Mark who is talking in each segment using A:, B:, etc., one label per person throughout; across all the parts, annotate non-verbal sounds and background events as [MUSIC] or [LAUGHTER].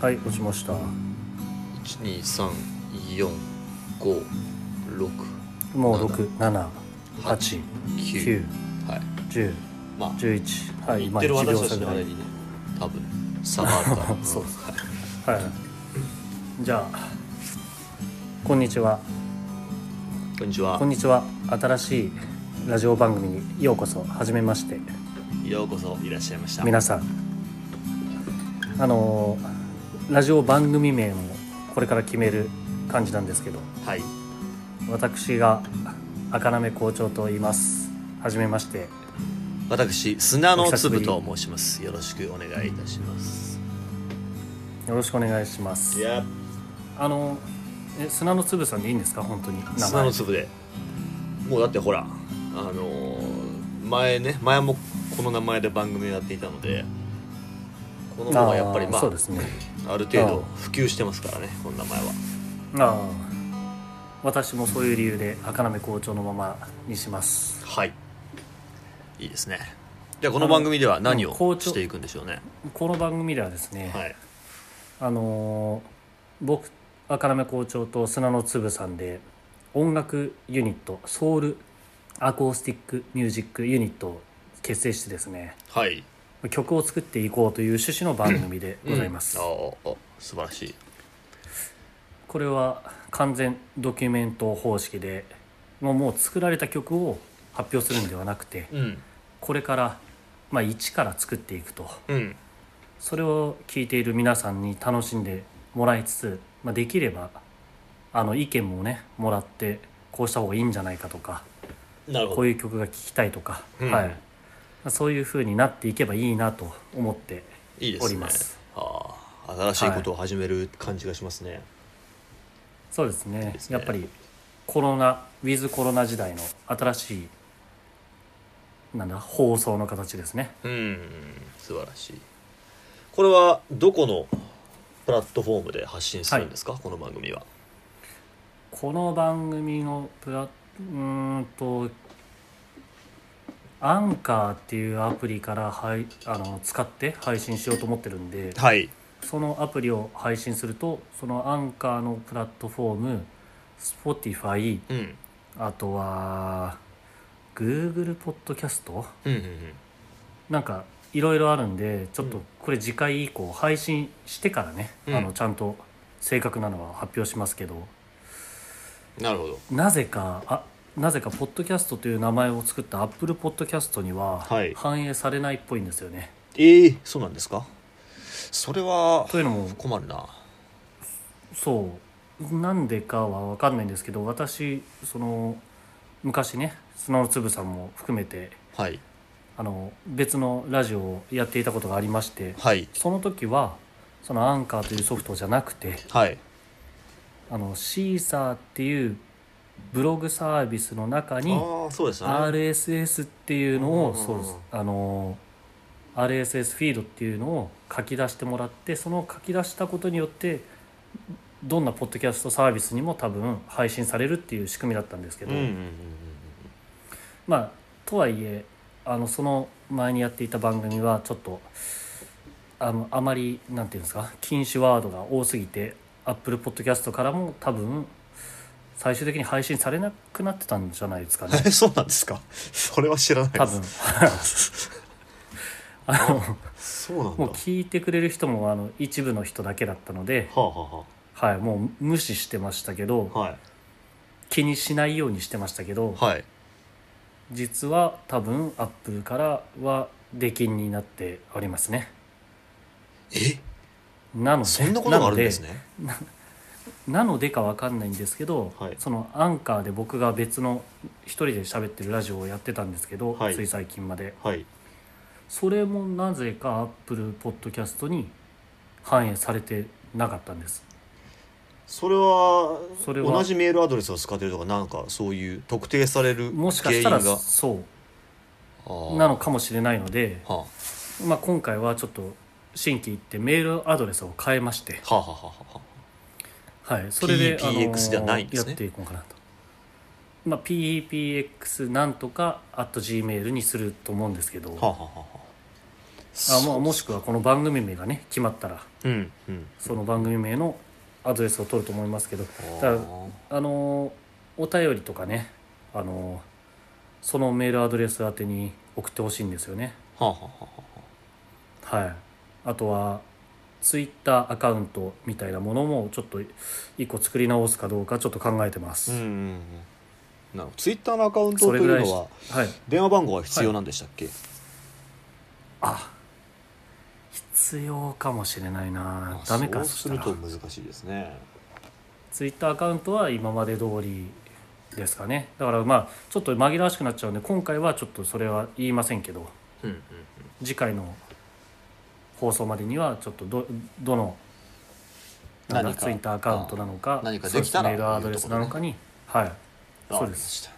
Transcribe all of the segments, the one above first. A: はい落ちました
B: 1234567
A: もう六七八九
B: 9はい
A: 十
B: まあ
A: 十一はい
B: 言ってる
A: 一秒
B: 私た
A: 差
B: ち
A: ぐ
B: の
A: ら
B: あ
A: い
B: れにね多分差があるから
A: [LAUGHS] そうです
B: はい
A: はいじゃあこんにちは
B: こんにちは
A: こんにちは新しいラジオ番組にようこそはじめまして
B: ようこそいらっしゃいました
A: 皆さんあのーラジオ番組名もこれから決める感じなんですけど
B: はい
A: 私が赤なめ校長と言いますはじめまして
B: 私砂の
A: お久しぶ
B: 粒
A: り
B: と申しますよろしくお願いいたします
A: よろしくお願いします
B: や
A: あのえ砂の粒さんでいいんですか本当に名前
B: 砂の粒でもうだってほらあのー前ね前もこの名前で番組をやっていたのでこのままやっぱり
A: あー
B: まあ
A: そうですね
B: ある程度普及してますからねこの名前は
A: ああ私もそういう理由で赤なめ校長のままにします
B: はいいいですねじゃあこの番組では何
A: あの校
B: を
A: 長
B: していくんでしょうね
A: この番組ではですね、
B: はい
A: あのー僕赤なめ校長と砂の粒さんで音楽ユニットソウルアコースティックミュージックユニットを結成してですね
B: はい
A: 曲を作っていこうという趣旨の番組でございます、
B: うんあーあ素晴らしい
A: これは完全ドキュメント方式でもうもう作られた曲を発表するんではなくて
B: うん
A: これから、まあ、一から作っていくと
B: うん
A: それを聞いている皆さんに楽しんでもらいつつ、まあ、できればあの意見もねもらってこうした方がいいんじゃないかとか
B: なるほ
A: こ
B: ど
A: ういう曲が聴きたいとか、
B: うん
A: はいまあそういう風になっていけばいいなと思って
B: いいで
A: お
B: す
A: り
B: ね
A: ます
B: ああ新しいことを始める感じがしますね、
A: そうですね
B: ですね
A: やっぱりコロナウィズコロナ時代の新しいなんだ放送の形ですね
B: うん素晴らしいこれはどこのプラットフォームで発信するんですか、この番組は
A: この番組のプラうーんとアンカーっていうアプリからはいあの使って配信しようと思ってるんで
B: はい
A: そのアプリを配信するとそのアンカーのプラットフォーム Spotify
B: うんうん
A: あとは Google ポッドキャスト
B: うんうん
A: なんかいろいろあるんでちょっ
B: う
A: と
B: ん
A: これ次回以降配信してからね、
B: うん
A: あのちゃんと正確なのは発表しますけど
B: なるほど
A: なぜかあなぜかポッドキャストという名前を作ったアップルポッドキャストには
B: はい
A: 反映されないっぽいんですよね、
B: ええそうなんですかそれは
A: というのも
B: 困るな
A: そうなんでかは分かんないんですけど私その昔ね砂の粒さんも含めて
B: はい
A: あの別のラジオをやっていたことがありまして
B: はい
A: その時はそのアンカーというソフトじゃなくて
B: はい
A: あのシーサーっていうブログサービスの中に
B: ああそうですね
A: RSS っていうの
B: う
A: を
B: んうんうん
A: そうですあの RSS フィードっていうのを書き出してもらってその書き出したことによってどんなポッドキャストサービスにも多分配信されるっていう仕組みだったんですけ
B: うん
A: ど、
B: うんうんうん
A: まあとはいえあのその前にやっていた番組はちょっとあのあまりなんていうんですか禁止ワードが多すぎてアップルポッドキャストからも多分最終的に配信されなくなってたんじゃないですかね
B: [LAUGHS] えそうなんですかそれは知 [LAUGHS] らない
A: 多
B: で
A: 分
B: す
A: あの
B: そうなんだ
A: もう聞いてくれる人もあの一部の人だけだったので、
B: はあは
A: はい、もう無視してましたけど
B: あはあはい
A: 気にしないようにしてましたけど
B: はい
A: 実は多分アップルからは出禁になっておりますね
B: え
A: なので
B: そんなことがあるんですね
A: なのでなのでかわかんないんですけど、
B: はい
A: そのアンカーで僕が別の一人で喋ってるラジオをやってたんですけど、
B: はい
A: つい最近まで
B: はい
A: それもなぜかアップルポッドキャストに反映されてなかったんです
B: それは
A: それは
B: 同じメールアドレスを使ってるとかなんかそういう特定される
A: もしかし
B: 原因
A: た
B: が
A: らそうな
B: な
A: のかもしれないので、
B: はあは
A: まあ、今回はちょっと新規行ってメールアドレスを変えまして、
B: あはあはあはあ
A: はい、それで
B: PEPX
A: あのー
B: じゃないんですね
A: やっていこうかなと、まあ、PEPX なんとか at gmail にすると思うんですけど、
B: はあはあはあ
A: あももしくはこの番組名がね決まったら
B: うんうん
A: その番組名のアドレスを取ると思いますけどただ
B: あ
A: あのーお便りとかねあのーそのメールアドレス宛てに送ってほしいんですよね
B: ーはあはあはあは
A: はいあとはツイッターアカウントみたいなものもちょっと一個作り直すかどうかちょっと考えてま
B: あ
A: す、
B: うんうんうんなるほどツイッターのアカウン
A: そ
B: トと
A: れ
B: い
A: ぐら
B: う
A: いし
B: のは
A: はい
B: 電話番号は必要なんでしたっけ、
A: あ必要かもしれないな
B: あ
A: ダメか
B: そう
A: そ
B: す
A: した
B: る
A: ら
B: と難しいですね
A: ツイッターアカウントは今まで通りですかねだからまあちょっと紛らわしくなっちゃうんで今回はちょっとそれは言いませんけど
B: うんうん
A: 次回の放送までにはちょっとどどのなんだ
B: 何か
A: ツイッターアカウントなのか
B: あ何かでき
A: そうですね
B: たら
A: メールアドレスなのかに、はいそうです、
B: す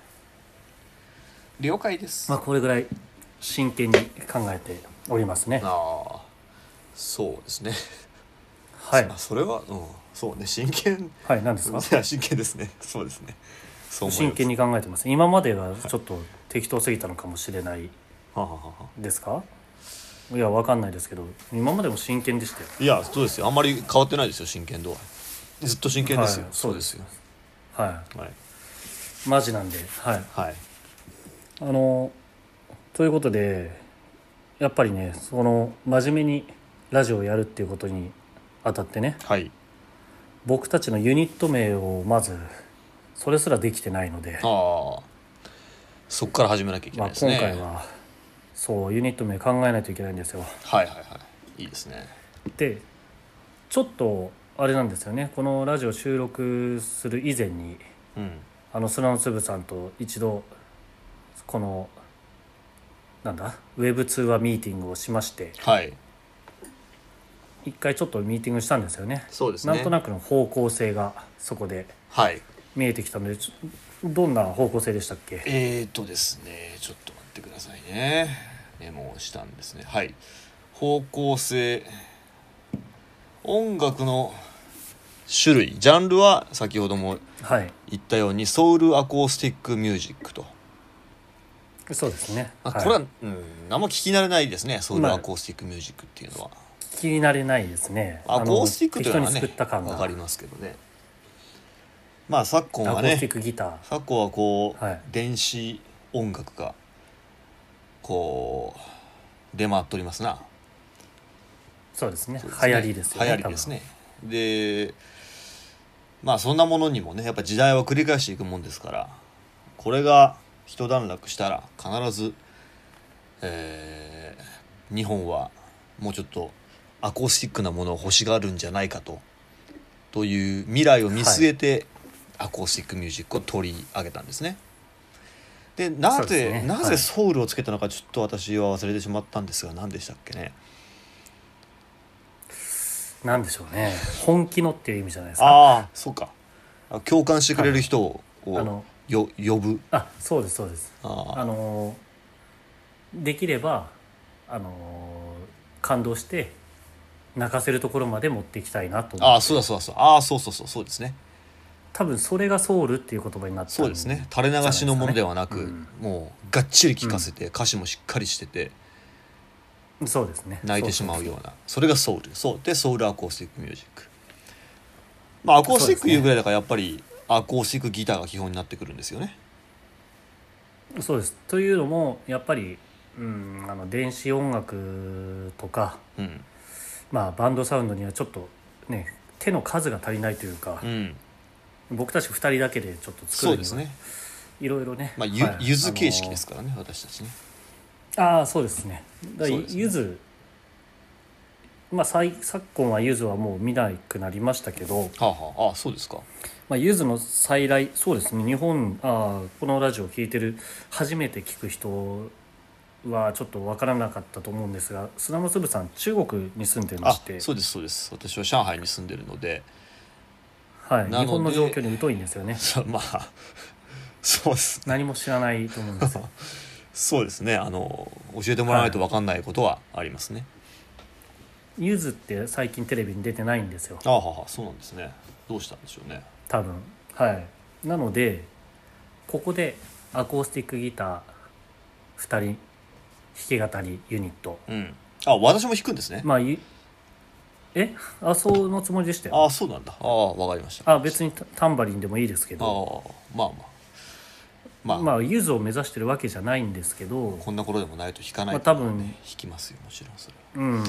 B: 了解です
A: まあ、これぐらい真剣に考えておりますね
B: ああそうですね
A: はい
B: あ [LAUGHS] それはうんそうね真剣
A: はい何ですか
B: いや [LAUGHS] 真剣ですねそうですねそう思い
A: 真
B: ます
A: 剣に考えてます今までがちょっと適当すぎたのかもしれない
B: はあはあはあ
A: ですかいやわかんないですけど今までも真剣でしたよ
B: いやそうですよあんまり変わってないですよ真剣度はずっと真剣ですよ、
A: はい
B: そうですよ
A: は
B: はい
A: いマジなんではい
B: はい
A: あのということでやっぱりねその真面目にラジオをやるっていうことにあたってね
B: はい
A: 僕たちのユニット名をまずそれすらできてないので、
B: ああそこから始めなきゃいけ
A: ま
B: な
A: あ、
B: いです
A: 今
B: ね、
A: 回はそうユニット名考えないといけないんですよ
B: はいはいはいいいですね
A: でちょっとあれなんですよねこのラジオ収録する以前に
B: うん
A: あの砂の粒さんと一度このなんだウェブ通話ミーティングをしまして
B: はい
A: 一回ちょっとミーティングしたんですよね
B: そうですね
A: なんとなくの方向性がそこで
B: はい
A: 見えてきたのでちょどんな方向性でしたっけ
B: えーとですねちょっと待ってくださいねメモをしたんですねはい方向性音楽の種類ジャンルは先ほども
A: はい
B: 言ったようにソウルアコースティックミュージックと、
A: そうですね、
B: まあ、
A: はい
B: これは、うん、あんま聞き慣れないですねソウルアコースティックミュージックっていうのは、
A: 聞き慣れないですね
B: アコースティックというのは
A: あの
B: ね
A: 適当に作った感が
B: わかりますけどねまあ昨今
A: アコ
B: は
A: ースティ
B: ね
A: ックギター
B: 昨今はこう、
A: はい
B: 電子音楽がこう出回っておりますな
A: そうですね
B: そう
A: 流行りですよね
B: 流行りですねでまあそんなものにもねやっぱ時代は繰り返していくもんですからこれが一段落したら必ず、えー日本はもうちょっとアコースティックなものを欲しがるんじゃないかとという未来を見据えて、アコースティックミュージックを取り上げたんですね。でな
A: そうで
B: ぜ
A: すね
B: な
A: は
B: ぜ
A: い
B: ソウルをつけたのかちょっと私は忘れてしまったんですが何でしたっけね。
A: 多分なんでしょうね本気のっていう意味じゃないですか
B: ああそうかあ共感してくれる人を
A: あの
B: よ呼ぶ
A: あそうですそうですあ
B: あ
A: のーできればあのー感動して泣かせるところまで持っていきたいなと
B: あああそうだそうだそうああそうそうそうそうですね
A: 多分それがソウルっていう言葉になったん
B: そうですね垂れ流しのものではなく
A: じゃないですか
B: もうがっちり聴かせて、歌詞もしっかりしてて
A: そうですね
B: 泣いてしま
A: そう
B: ようなそれがソウルそうでソウルアコースティックミュージックまあアコースティックいうぐらいだからやっぱりアコースティックギターが基本になってくるんですよね
A: うそうですというのもやっぱりうんあの電子音楽とか、
B: うん
A: まあ、バンドサウンドにはちょっとね手の数が足りないというか
B: う、ん
A: 僕たち2人だけでちょっと作
B: そう
A: る
B: で
A: に
B: す
A: は
B: ね
A: いろいろね
B: まあゆ
A: はい
B: ゆず形式ですからね私たちね
A: あのーあーそうですねだから
B: そうですね
A: ゆずまあ最昨今はゆずはもう見なくなりましたけど
B: はあはあああそうですか
A: まあゆず、の再来そうですね日本あーこのラジオを聞いてる初めて聞く人はちょっと分からなかったと思うんですが砂の粒さん中国に住んでま
B: あ
A: して
B: そうですそうです私は上海に住んでるので
A: はい、
B: なので
A: 日本の状況に疎いんですよね
B: そう [LAUGHS] まあそうです
A: 何も知らないと思うん
B: [LAUGHS]
A: ですよ
B: そうですねあの教えてもらわないと分かんないことはありますね、
A: ゆずって最近テレビに出てないんですよ
B: ああははそうなんですねどうしたんでしょうね
A: 多分はいなのでここでアコースティックギター2人弾き語りユニット
B: うんあ私も引くんですね
A: まあいえあそのつもりでしたよ
B: ああそうなんだああわかりました
A: あ別にタタンバリンでもいいですけ
B: あ
A: ど
B: あまあまあまあ、
A: まあゆずを目指してるわけじゃないんですけど
B: こんな頃でもないと引かな
A: ま
B: い
A: あ
B: と
A: 多
B: ね、
A: 分
B: 引きますよもちろんそれは
A: うん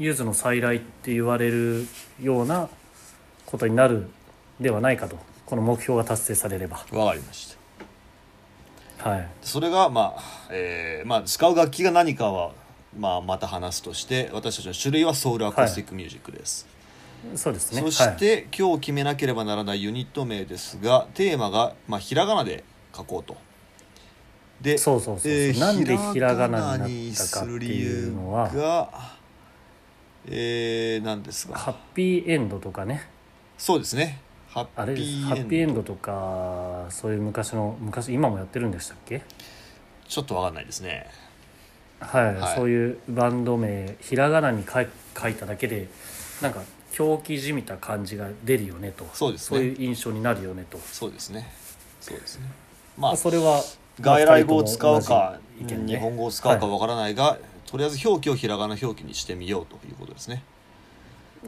A: ゆずの再来って言われるようなことになるではないかとこの目標が達成されれば
B: わかりました
A: はい
B: それがまあ、えーまあ使う楽器が何かは、まあ、また話すとして私たちの種類はソウルアコースティックミュージックです、
A: そうですね
B: そして、今日決めなければならないユニット名ですがテーマが、まあ、ひらがなで書こうと
A: は
B: で
A: い、そうそうそうそう、
B: えー
A: なんでひらがなになったかっていうのは
B: ひらがなにする理由がえー、なんですが
A: ハッピーエンドとかね
B: そうですねハ
A: あ
B: ッ
A: れで
B: ピ
A: す
B: ー
A: ハッピーエンドとかそういう昔の昔今もやってるんでしたっけ
B: ちょっとわかんないですね
A: はい、
B: はい
A: そういうバンド名ひらがなに書い書いただけでなんか狂気じみた感じが出るよねと
B: そうですね
A: そういう印象になるよねと、
B: そうですねそうですねまあ
A: それは
B: 外来語を使う
A: まあ
B: か、
A: 二人とも同じ意見ね
B: 日本語を使うかわからないが、とりあえず表記をひらがな表記にしてみようということですね。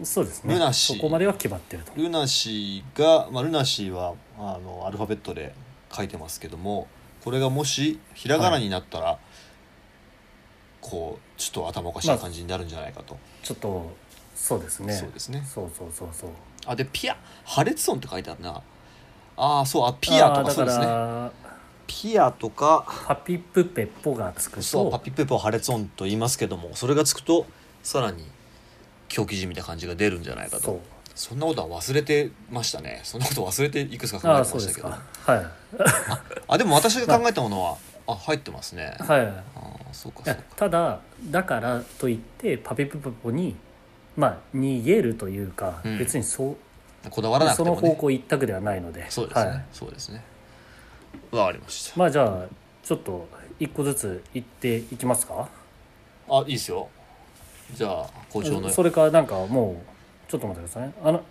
A: そうですね
B: ルナシー
A: そこまでは決まってると
B: ルナシーが、まあ、ルナシーはあのアルファベットで書いてますけどもこれがもしひらがなになったら、こうちょっと頭おかしい感じになるんじゃないかと、
A: ちょっとそうですね
B: そうですね
A: そうそうそうそう
B: あでピア破裂音って書いてあるなああそうあピアと
A: あー
B: か
A: だ
B: そ
A: か
B: うですね
A: ら
B: ピアとか
A: パピプペポがつくと
B: そうパピペポ破裂音と言いますけどもそれがつくとさらに狂気じみた感じが出るんじゃないかと
A: そう
B: そんなことは忘れてましたね。そんなこと忘れていくつか考
A: ああ
B: えて
A: そう
B: まし
A: で
B: た
A: す
B: けど。あ
A: かはい
B: でも私が考えたものは、あ、入ってますね。
A: はい
B: あーそうか
A: い
B: そう
A: や
B: か。
A: ただだからといってパピプペポにまあ逃げるというか、
B: うん
A: 別にそう
B: こだわらなくて
A: そ
B: も
A: の
B: ね。
A: 方向一択ではないので
B: そうですね。
A: はい、
B: そうですね。わかりまし
A: まあじゃあちょっと一個ずつ行っていきますか
B: た。あ、いいですよ。じゃあ校長の。
A: それかなんかもうちょっと待ってくださいねあの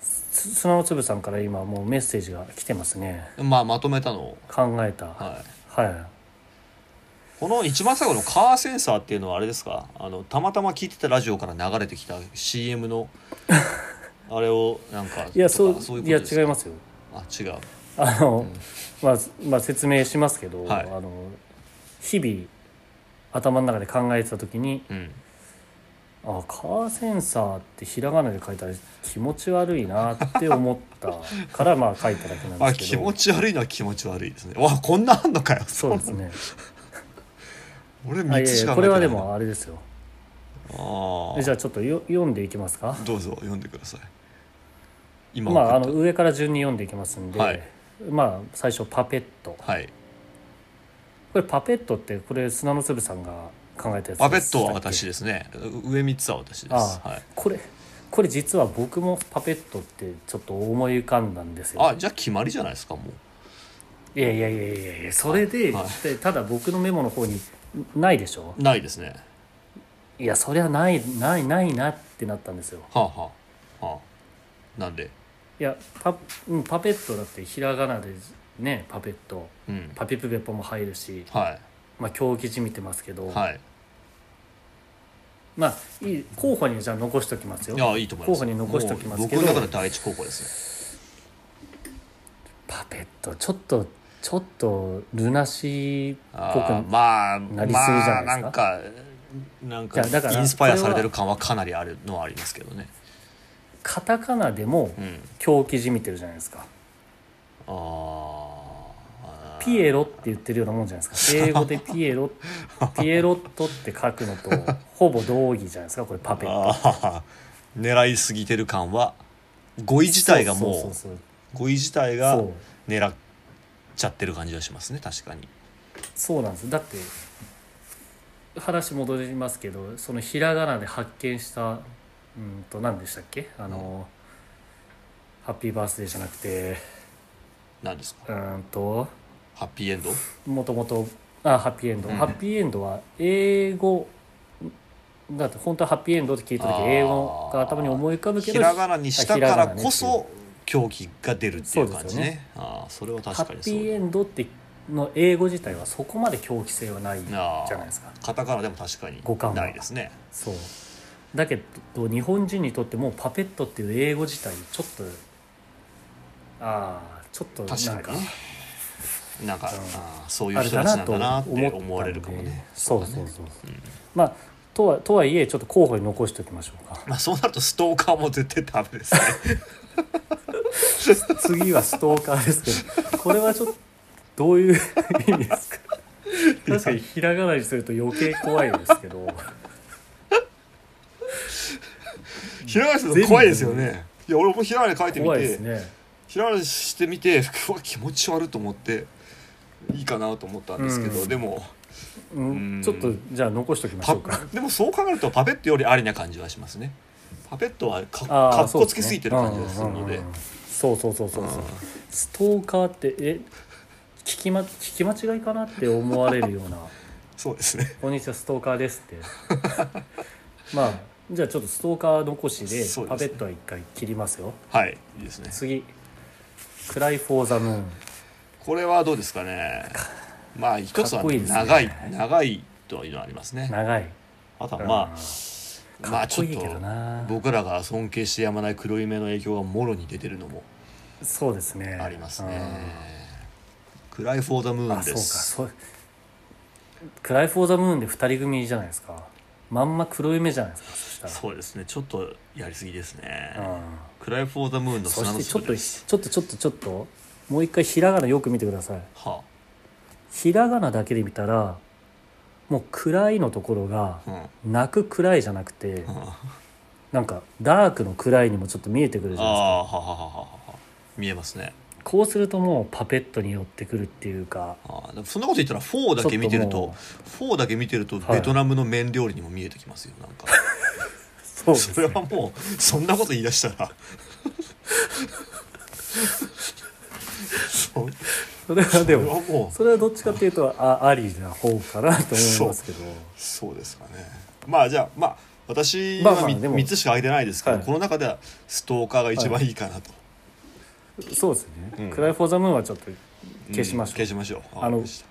A: す砂の粒さんから今もうメッセージが来てますね
B: まあまとめたのを。
A: 考えたは
B: はい。
A: い、
B: この一番最後のカーセンサーっていうのはあれですかあのたまたま聞いてたラジオから流れてきた
A: [LAUGHS]
B: CM のあれをなんか
A: い、やそ
B: と
A: う
B: かそういう
A: い
B: こ
A: や
B: とですか
A: 違いますよ
B: あ違う
A: あの、まあ、まあ説明しますけど、
B: はい
A: あの日々頭の中で考えてた時に
B: うん
A: あカーセンサーってひらがなで書いたら気持ち悪いなって思ったからまあ書いただけなん
B: あ
A: ですけ
B: 気
A: ど
B: 持ち悪いのは気持ち悪いですねわこんなあんのかよ
A: そうですね
B: 俺
A: あ
B: 3
A: い
B: つ
A: やい
B: しか
A: や
B: 考
A: これ
B: えてな
A: はいでもあれですよ
B: あ
A: え
B: あ
A: じゃあちょっとよ読んでいきますか
B: どうぞ読んでください今
A: まああ
B: 送
A: の
B: っ
A: 上から順に読んでいきますんで、
B: はい
A: まあ最初パペット
B: たはい
A: これパペットってこれ砂の粒さんが考えたやつ
B: パペットは
A: でし
B: 私
A: たっ
B: ですねう上3つは私です
A: けああ、
B: はい、
A: これこれ実は僕もパペットってちょっと思い浮かんだんですよ
B: あじゃあ決まりじゃないですかもう
A: いやいやいやいやいやそれで、
B: はい
A: でただ僕のメモの方にないでしょ
B: ないですね
A: いやそりゃないないないなってなったんですよ
B: はあはあはあなんで
A: いやパ,、うん、パペットだってひらがなでねパペット
B: うん
A: パピプペポも入るし
B: はい
A: まあ狂気じみてますけど、
B: はい
A: まあいい候補にじゃあ残しておきますよ
B: いやいいと思います
A: 候補に残しておきますけど
B: もう僕の中で第一候補です
A: パペットちょっとちょっとルナシーっ
B: ね
A: ぽく
B: あーまあ
A: なりすぎじゃないですか
B: まあ、なんかなん
A: いやだか
B: からインスパイアされてる感はかなりあるのはありますけどね
A: カタカナでも
B: うん
A: 狂気じみてるじゃないですか、
B: ああ
A: ピエロって言ってるようなもんじゃないですか英語でピエロピエロットって書くの
B: [LAUGHS]
A: とほぼ同義じゃないですかこれパペット
B: あー狙いすぎてる感は語彙自体がもう
A: そうそうそう
B: 語彙自体
A: そ
B: が
A: う
B: 狙っちゃってる感じがしますね確かに
A: そうなんですだって話戻りますけどそのひらがなで発見したうんと何でしたっけあの、ハッピーバースデーじゃなくて
B: 何ですか
A: うんと
B: ハッピーエンド
A: もともとあハッピーエンド、
B: うん
A: ハッピーエンドは英語だって本当はハッピーエンドって聞いた時
B: あー
A: 英語が頭に思い浮かぶけ
B: ひ
A: ど
B: らがなにしたからこ
A: ひらがなねっていう
B: そ狂気が出るっていう感じ
A: そうですよ
B: ね
A: ね
B: ああそれは
A: ハ
B: 確か
A: ッ
B: に
A: ピ
B: そう
A: ーエンドっての英語自体はそこまで狂気性はないじ
B: あ
A: ゃ
B: ー
A: ないですか
B: カタカナでも確かに
A: 五感は
B: ないですね
A: そうだけど日本人にとってもうパペットっていう英語自体ちょっとああちょっとなん
B: 確
A: か
B: かにねなんか、
A: うん
B: あーそうい
A: あ
B: う
A: れ
B: 人
A: だ
B: たち
A: な
B: なん
A: と
B: だな
A: 思っ
B: っ
A: てたんで
B: 思われるかもね
A: そうそう
B: だ
A: そう
B: ね
A: そう、まあとはとはいえちょっと候補に残しておきましょうか
B: まあそうなるとストーカーも絶対ダメですね
A: [LAUGHS] 次はストーカーですけどこれはちょっとどういう意味ですか確かにひらがなにすると余計怖いですけど
B: ひらがなするの怖いですよねいや俺もひらがな書いてみ
A: 怖いで
B: て、
A: すね
B: ひらがなしてみてうわ気持ち悪いと思っていいかなと思ったんですけど、
A: うん
B: でも
A: うん
B: うん
A: ちょっとじゃあ残しておきまし
B: パ
A: ょうか
B: でもそう考えるとパペットよりありな感じはしますねパペットはか
A: あー
B: かっ
A: そう
B: こ
A: で
B: つけすぎてる感じがする
A: ね
B: ので
A: うんうんうんうんそうそうそうそうそう
B: うん
A: ストーカーってえ聞き,、ま、聞き間違いかなって思われるような [LAUGHS]
B: そうですね
A: 「こんにちはストーカーです」
B: [LAUGHS]
A: ってまあじゃあちょっとストーカー残しで
B: そうですね
A: パペットは一回切りますよ
B: はいいいですね
A: 次「クライ・フォー・ザ・ムーン
B: これはどうですかねまあ一つ
A: かっ
B: は
A: こいいですね
B: 長い長いというのはあります」ね
A: 長い
B: あとは
A: う
B: ま
A: ん
B: あま
A: か
B: あ
A: っ
B: ち
A: こ
B: ょっ
A: いい
B: と
A: けどな
B: 僕らが尊敬してやまない黒い目の影響がもろに出てるのも
A: そうですね
B: あります
A: う
B: ね
A: ん
B: クライフォーザムー
A: あ
B: ン
A: そうか
B: です
A: そうクライ・フォー・ザ・ムーンで2人組じゃないですかまんま黒い目じゃないですかそしたら
B: そうですねちょっとやりすぎですね
A: うん
B: クライフォーザムーンの
A: そ
B: 砂
A: して
B: の
A: ちょっ
B: 粒
A: と
B: で
A: ち
B: す
A: ょっとちょっとちょっともう一回ひらがなよく見てください
B: は
A: ひらがなだけで見たらもう暗いのところが
B: あ、うん
A: 泣く暗いじゃなくて
B: うん、あ
A: なんかダークの暗いにもちょっと見えてくるじ
B: あ
A: ゃないですか
B: ははははは見えますね
A: こうするともうパペットに寄ってくるっていうか
B: ああでもそんなこと言ったらフォーだけ見てる
A: ちょっと
B: と
A: も
B: フォーだけ見てると
A: はい
B: ベトナムの麺料理にも見えてきますよなんか
A: そうで
B: そ
A: す
B: れ
A: ね
B: はもうそんなこと言い出したら [LAUGHS] そう
A: それはで
B: それ
A: も
B: はもう
A: それはどっちかっていうとあありな方かなと思いますけど
B: そうですかねまあじゃあまあ私
A: まあ
B: は
A: まあ
B: 3,
A: でも
B: つしか挙げてないですけど、
A: はい
B: この中ではストーカーが一番いいかなと、
A: そうです
B: う
A: ね「
B: ん
A: クライ・フォー・ザ・ムーン」はちょっと消しましょ
B: ん消しましょう
A: あの
B: わかりまし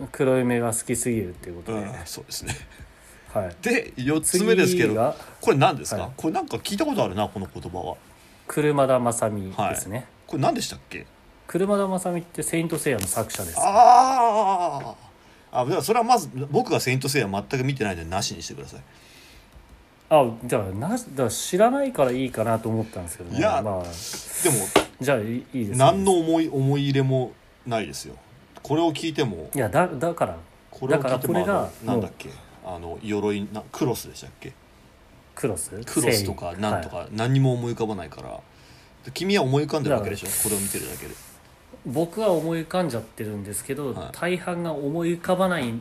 A: う黒い目が好きすぎるっていうこと
B: た
A: で
B: うんそうですね [LAUGHS]
A: はい
B: で4つ目ですけ
A: 次
B: ど
A: が
B: これ何ですか、
A: はい
B: これなんか聞いたことあるなこの言葉は
A: 車田正美ですね、
B: これ何でしたっけ
A: 車田正美って「セイント・セイヤ」の作者です
B: あーあではそれはまず僕が「セイント・セイヤ」全く見てないのでなしにしてください
A: あじゃあなだから知らないからいいかなと思ったんですけどね
B: いや
A: まあ、
B: でも
A: じゃあいいいいです、ね、
B: 何の思い思い入れもないですよこれを聞いても
A: いやだだから
B: これを聞いても
A: だからこ
B: あ
A: れが
B: のなん
A: も
B: だ
A: う
B: っけあの鎧なクロスでしたっけ
A: クロス
B: クロスとか
A: セイ
B: なんとか
A: はい
B: 何にも思い浮かばないから、君は思い浮かんでるわけでしょこれを見てるだけで
A: 僕は思い浮かんじゃってるんですけど、
B: はい
A: 大半が思い浮かばない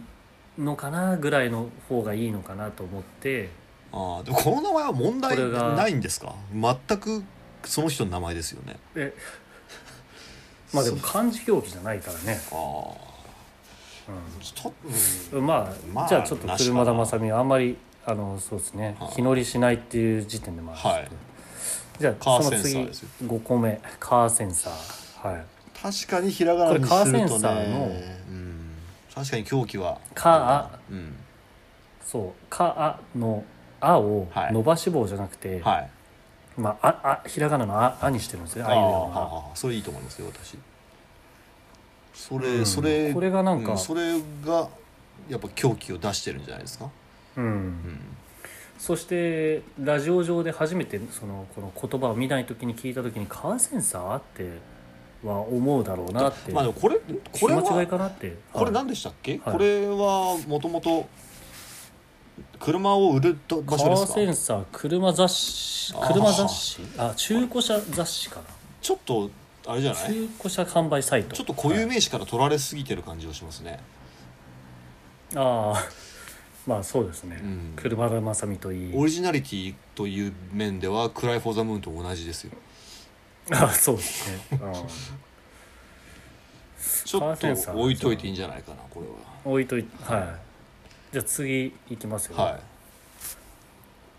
A: のかなぐらいの方がいいのかなと思って
B: ああでもこの名前は問題
A: これが
B: ないんですか全くその人の名前ですよね [LAUGHS]
A: えまあでも
B: そう
A: 漢字表記じゃないからね、
B: ああ
A: う
B: ちょっとうん
A: ん、まあ、
B: まあ
A: じゃあちょっと
B: なしかな
A: 車田正美はあんまりあのそうですね
B: はい
A: 日乗りしないっていう時点でもあるんですけど、じ
B: はい
A: ゃあ
B: カー
A: そ
B: セ
A: の
B: ンサ
A: 次
B: ーですよ
A: 5個目カーセンサーはい
B: 確かにひらがなにす
A: これカー
B: る
A: セ
B: と
A: ンサ
B: ね
A: ーの
B: うん確かに狂気は
A: カ
B: うん
A: そう「か」あの「あ」を
B: はい
A: 伸ばし棒じゃなくて、
B: はい
A: まあ、ああひらがなのあ「あ」にしてるんですね
B: あ
A: あ
B: あ
A: あいう
B: は
A: よう
B: あ
A: な
B: はあそれいいと思いますよ私それ、
A: うん
B: それ
A: これがなんか
B: うんそれがやっぱ狂気を出してるんじゃないですか、
A: うん、
B: うん
A: そしてラジオ上で初めてそのこの言葉を見ない時に聞いた時に「カーセンサー?」っては思うだろうなって、
B: まあでもこれこ
A: 気
B: れ
A: 持違い
B: は
A: かなって
B: これ
A: はい
B: 何でしたっけ、
A: はい
B: これはもともと車を売ると
A: カ
B: 場所です
A: ーセン
B: か
A: サー車雑誌
B: あー
A: 車雑誌あ中古車雑誌かな
B: ちょっとあれじゃない
A: 中古車販売サイト
B: ちょっと固有名詞から取られすぎてる感じがしますね、
A: ああ [LAUGHS] まあそうですね、
B: うん
A: 車田正美とい
B: オ
A: い
B: リジナリティという面では「クライ・フォー・ザ・ムーン」と同じですよ
A: [LAUGHS] あそうですね、
B: ちょっ
A: カーセンサー
B: と置いといていいんじゃないかなこれは
A: うん、置いといてはいじゃあ次いきますよ、
B: はい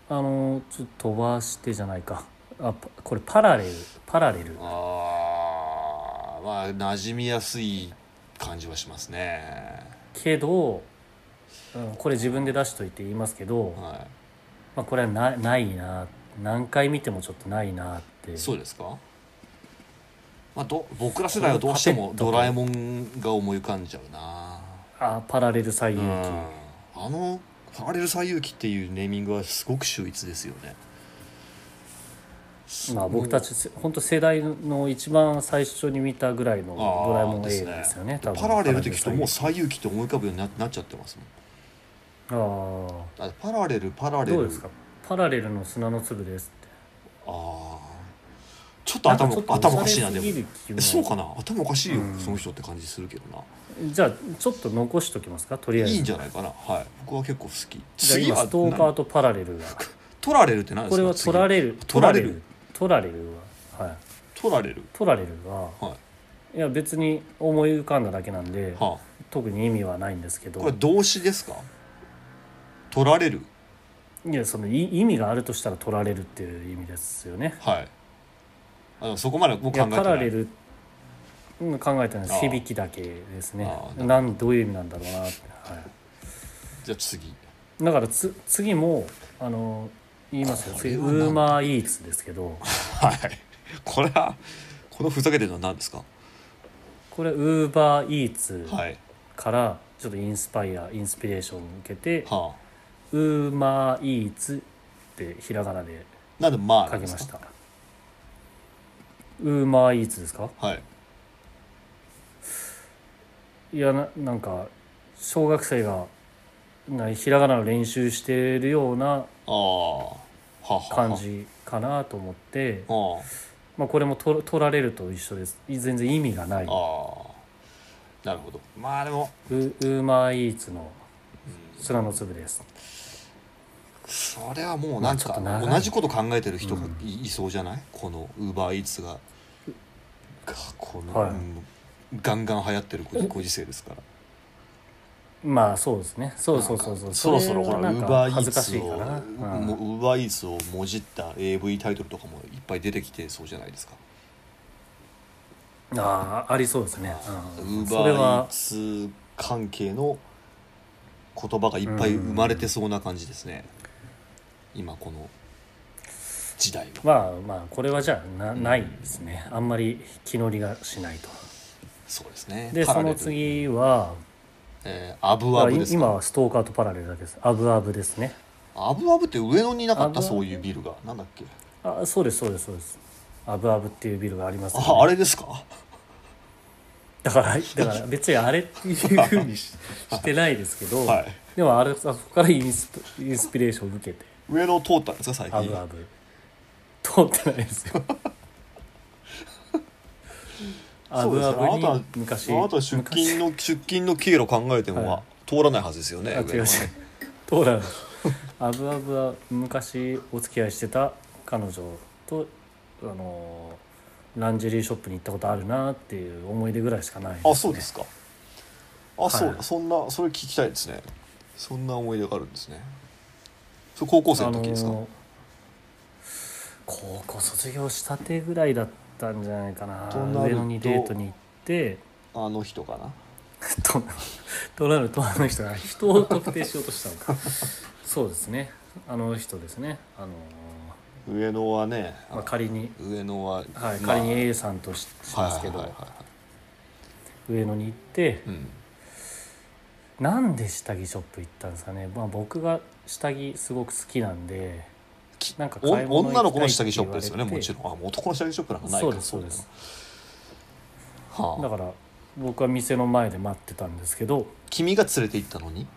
A: あのちょっと飛ばしてじゃないかあパこれパラレルパラレル
B: あーまあ馴染みやすい感じはしますね。
A: けど、うん、これ自分で出しといて言いますけど、
B: は
A: まあ、これはなないな何回見てもちょっとないなって
B: い、そうですか、まあ、ど僕ら世代はどうしても「ドラえもん」が思い浮かんじゃうな。
A: あパラレル最
B: う
A: 遊記、
B: ん、あの「パラレル最遊記」っていうネーミングはすごく秀逸ですよね。
A: まあ、僕たちせ本当世代の一番最初に見たぐらいの
B: あー
A: ドラえもん映画ですよね多分
B: パラレルって聞くともう
A: パ
B: 最遊記って思い浮かぶようにななっちゃってますもん
A: ラレル最
B: あパラレルパラ
A: あー
B: レル
A: どうですかパラレルの砂の粒ですって
B: ああちょっと頭
A: なんかちょっと
B: 頭おかしいな
A: おし
B: で
A: ゃれすぎ
B: も
A: る気も
B: そうかな頭おかしい
A: う
B: よ、
A: ん
B: その人って感じするけどな
A: じゃあちょっと残しときますかとりあえず
B: いいんじゃないかなはい僕は結構好き
A: じゃあ
B: 次
A: 今
B: は
A: ストーカー
B: な
A: とパラレルが
B: トラレルって何ですか
A: [LAUGHS] これは取られる
B: [LAUGHS] 取られる
A: 取られるははい
B: 次トラレル
A: 取られるは
B: はい、
A: いや別に思い浮かんだだけなんで
B: は
A: 特に意味はないんですけ
B: あ、
A: ど
B: これ動詞ですかトラレル
A: いやそのい意味があるとしたら取られるっていう意味ですよね
B: はいあのそこまで僕
A: い
B: 考
A: や
B: え
A: パ
B: て
A: ラ
B: な
A: レ
B: い
A: ルうん考えたんです
B: ああ
A: 響きだけですね
B: ああ
A: なんどういう意味なんだろうなって、は
B: じゃあ次
A: い、だからつ次もあの言いますよ
B: こ
A: 次
B: れ
A: ウ
B: はなんだ
A: ーマーイーツですけど
B: はいこれはこのふざけてるのは何ですか
A: これウーバーイーツ
B: はい
A: からちょっとインスパイアインスピレーションを受けて
B: はあ
A: ウーマーイーツってひらがなで
B: なんでまあ
A: 書きまし
B: すか
A: たウーマーイーツですか
B: はい
A: いやななんか小学生がなひらがなの練習してるような
B: ああはあはあ
A: 感じかなと思って、
B: はあ
A: まあ、これも取取られると一緒ですい全然意味がないウ
B: ああなるほどまあでも
A: ウーマーイーツの砂の粒です
B: それはもうなん
A: まあちょ
B: か
A: っと長い
B: 同じこと考えてる人がい,、そうじゃないこのウーバーイーツががこの、
A: はい
B: うんガンガン流行ってるごご時世ですから
A: まあそうですねそうそうそう
B: な
A: そう
B: んかそろそろほ
A: れは
B: らウ
A: なん
B: ー
A: か
B: バーイ
A: 恥
B: ー
A: ずか
B: ツ
A: しいか
B: を
A: な、うん
B: もうウーバーイーツをもじった AV タイトルとかもいっぱい出てきてそうじゃないですか
A: ああありそうですね、
B: ウ
A: うん、
B: ー
A: それ
B: バーイー
A: は
B: ツ関係の言葉がいっぱい生まれてそうな感じですね、今この時代は
A: まあまあこれはじゃあなないですね、あんまり気乗りがしないと
B: そうですね
A: で
B: パ
A: そ
B: ラレ
A: の
B: ル
A: 次は
B: えー、アブアブ
A: い
B: です
A: 今
B: か
A: はストーカーとパラレルだけですアブアブですね
B: アブアブって上野になかっ
A: アブ
B: た
A: アブ
B: そういうビルがなんだっけ
A: あそうですそうですそうですアブアブっていうビルがありますよね
B: ああれですか
A: だ
B: [LAUGHS]
A: からだから別にあれっていうふうにししてないですけど、
B: はい
A: でもあれあそこからインスピインスピレーションを受けて
B: 上野通ったんですか最
A: アブ
B: 近
A: アブ通ってないですよア
B: [LAUGHS] そう
A: ブ
B: です
A: ア
B: ねあ
A: ブ
B: な
A: に
B: た
A: 昔
B: あなた出
A: 昔
B: 勤の出勤の経路考えても、
A: はい
B: 通らないはずですよね
A: あ違う違う通
B: 上野は
A: らないアブアブは昔お付き合いしてた彼女とあのランジェリーショップに行ったことあるなっていう思い出ぐらいしかないですね
B: あそうですかあ、そう
A: はい
B: そんなそれ聞きたいですねそんな思い出があるんですねそれ高校生の時ですか、
A: あのー高校卒業したてぐらいだったんじゃないかな
B: となると
A: 上野にデートに行って
B: あの人かな
A: と [LAUGHS] となるとあの人が人を特定しようとしたのかそうですねあの人ですねあのー、
B: 上野はね、
A: まあ、仮に、
B: 上野は、
A: はい、
B: まあ
A: 仮に A さんとししますけど、
B: はいはいはいは
A: 上野に行って
B: いうん
A: なんで下着ショップ行ったんですかね、まあ、僕が下着すごく好きなんで
B: き
A: なんか
B: お
A: 買い物行きた
B: 女
A: い
B: の子の下着ショップですよね
A: って言
B: も
A: われ
B: ち
A: て
B: ろんあもう男の下着ショップなんかないか
A: そうですそうです
B: は
A: だ
B: あ、
A: から僕は店の前で待ってたんですけど
B: 君が連れて行ったのに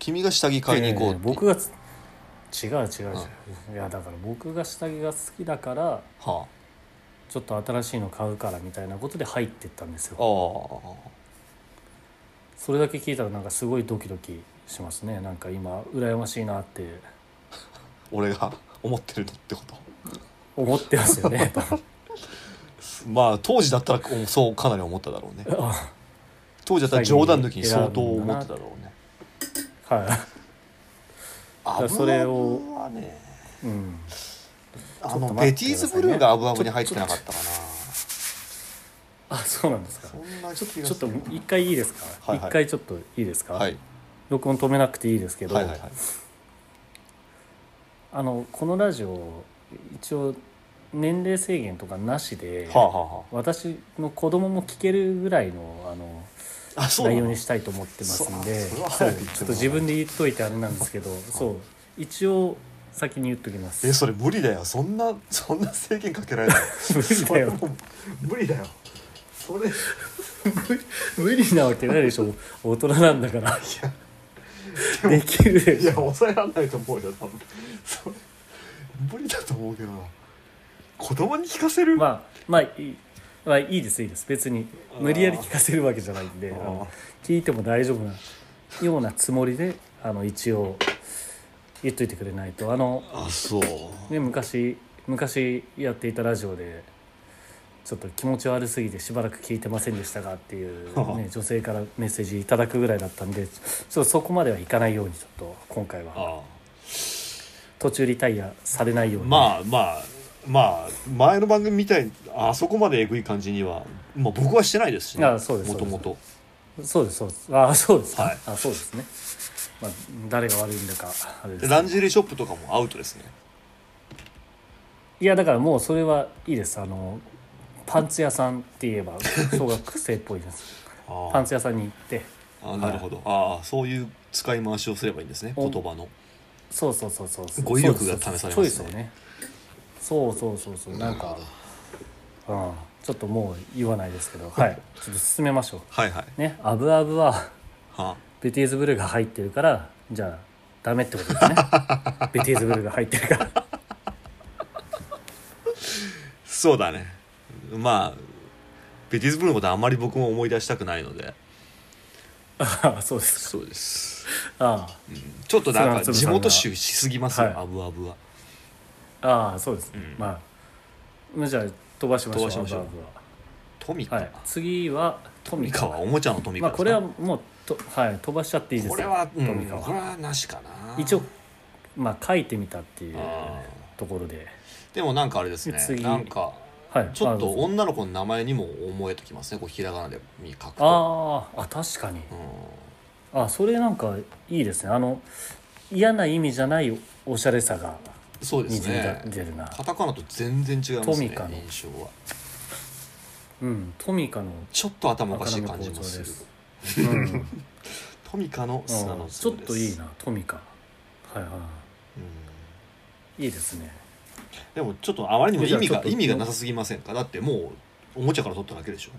B: 君が下着買いに行こうって、
A: やや僕がつ違う違う違う、いやだから僕が下着が好きだから
B: は
A: ちょっと新しいの買うからみたいなことで入ってったんです
B: あ
A: よ
B: ああ
A: それだけ聞いたらなんかすごいドキドキしますねなんか今羨ましいなって
B: 俺が思ってるのってこと
A: 思ってますよ
B: [LAUGHS]
A: ね
B: まあ当時だったらうんそうかなり思っただろうね
A: あ
B: 当時だったら冗談抜きに相当思ってたろうね
A: は
B: ア
A: から
B: ブ
A: それ
B: ア
A: を
B: ブはね
A: い、うん、
B: あ
A: ちょっ
B: の
A: と
B: ベ
A: 待
B: テ
A: っ
B: ィ
A: てく
B: ーズ
A: ださいね
B: ブルーがアブアブに入ってなかったかな
A: あそうなんですか
B: そんな
A: ちょ
B: 気が
A: ちょっ
B: す
A: と
B: る
A: 一回いいですか一、
B: はいはい
A: 回ちょっといいですか、
B: はい
A: 録音止めなくていいですけど、
B: はいはいはい
A: あのこのラジオ一応年齢制限とかなしで、
B: はあはあは
A: 私の子供も聞けるぐらいのあの
B: ああそうな
A: 内容
B: の
A: にしたいと思ってますんで
B: そうあそ
A: そ
B: れ
A: う
B: は早く言ってもらわない
A: ちょっと自分で言っといてあれなんですけどそう一応先に言っときます
B: えそれ無理だよそんなそんな制限かけられない
A: [LAUGHS] 無理だよ
B: それもう無理だよそれ
A: 無理なわけないでしょ大人なんだからできるで
B: い
A: し
B: や
A: ょ
B: 抑えられないと思うよ多分それ無理だと思うけどな子供に聞かせる、
A: まあまあいいまあいいですいいです別に
B: あー
A: 無理やり聞かせるわけじゃないんであの聞いても大丈夫なようなつもりであの一応言っといてくれないとあの
B: あそう
A: ね、昔昔やっていたラジオでちょっと気持ち悪すぎてしばらく聞いてませんでしたがって
B: [LAUGHS]
A: いう、ね、女性からメッセージいただくぐらいだったんでちょっとそこまではいかないようにちょっと今回は
B: あ
A: 途中リタイアされないように、
B: まあまあまあ前の番組みたいにあそこまでえぐい感じには、まあ、僕はしてないですし、
A: あそうです
B: もともと
A: そうですそうですあそうですか、
B: はい
A: あそうですね、まあ、誰が悪いんだかあれです
B: ランジェリーショップとかもアウトですね
A: いやだからもうそれはいいですあのパンツ屋さんって言えば小学生っぽいです
B: [LAUGHS] あ
A: パンツ屋さんに行って
B: あなるほど、ああそういう使い回しをすればいいんですね
A: お
B: 言葉の
A: そうそうそうそうそう
B: 語彙力が試されます
A: そ
B: ね
A: うそうそうチョイスをねそうそうそうそうなんかうん、ちょっともう言わないですけどはいちょっと進めましょ
B: はいはいう
A: ねアブアブは
B: は
A: ベティーズブルーが入ってるからじゃあダメってこと
B: [LAUGHS]
A: ですねベティーズブルーが入ってるから
B: そうだねまあベティーズブルーのことはあまり僕も思い出したくないので
A: ああそうです
B: そうです
A: あ
B: ちょっとな
A: それ
B: んか
A: はつぶ
B: 地
A: さんが
B: 元臭しすぎますよ、
A: はい
B: アブアブは
A: あああそうです、
B: ん
A: まあじゃあ飛ばしましょう
B: 飛ばしましょう
A: アブア
B: トミ
A: ブ
B: カ、
A: は、はい、次はト
B: ト
A: ミ
B: ミ
A: カ
B: カはおもちゃのトミ
A: ま
B: カ
A: あこ
B: ですか
A: れはもうと、はい、飛ばしちゃっていいですよ
B: これは、うん
A: トミカは
B: これはなしかな
A: 一応まあ書いてみたっていう
B: あ
A: ところで
B: でもなんかあれですね
A: 次
B: なんか
A: はい
B: ちょっと
A: あ
B: 女の子の名前にも思えてきますねこうひらがなで書くと
A: あーあ確かに
B: うん
A: あそれなんかいいですねあの嫌な意味じゃないおしゃれさが
B: そうで
A: に
B: す
A: じみ
B: ね
A: 出るな、
B: カタカナと全然違います
A: トミ
B: ね
A: カの
B: 印象は
A: うんトミカの
B: ちょっと頭おかしい感じもする
A: です、
B: [LAUGHS]
A: うん、
B: トミカの砂の
A: ちょっ
B: 粒です
A: といいなトミカはいは
B: うん
A: いいいですね
B: でもちょっとあまりにも意味
A: じゃあちょ
B: が
A: っと
B: 意味がなさすぎませんかだってもうおもちゃから取っただけでしょ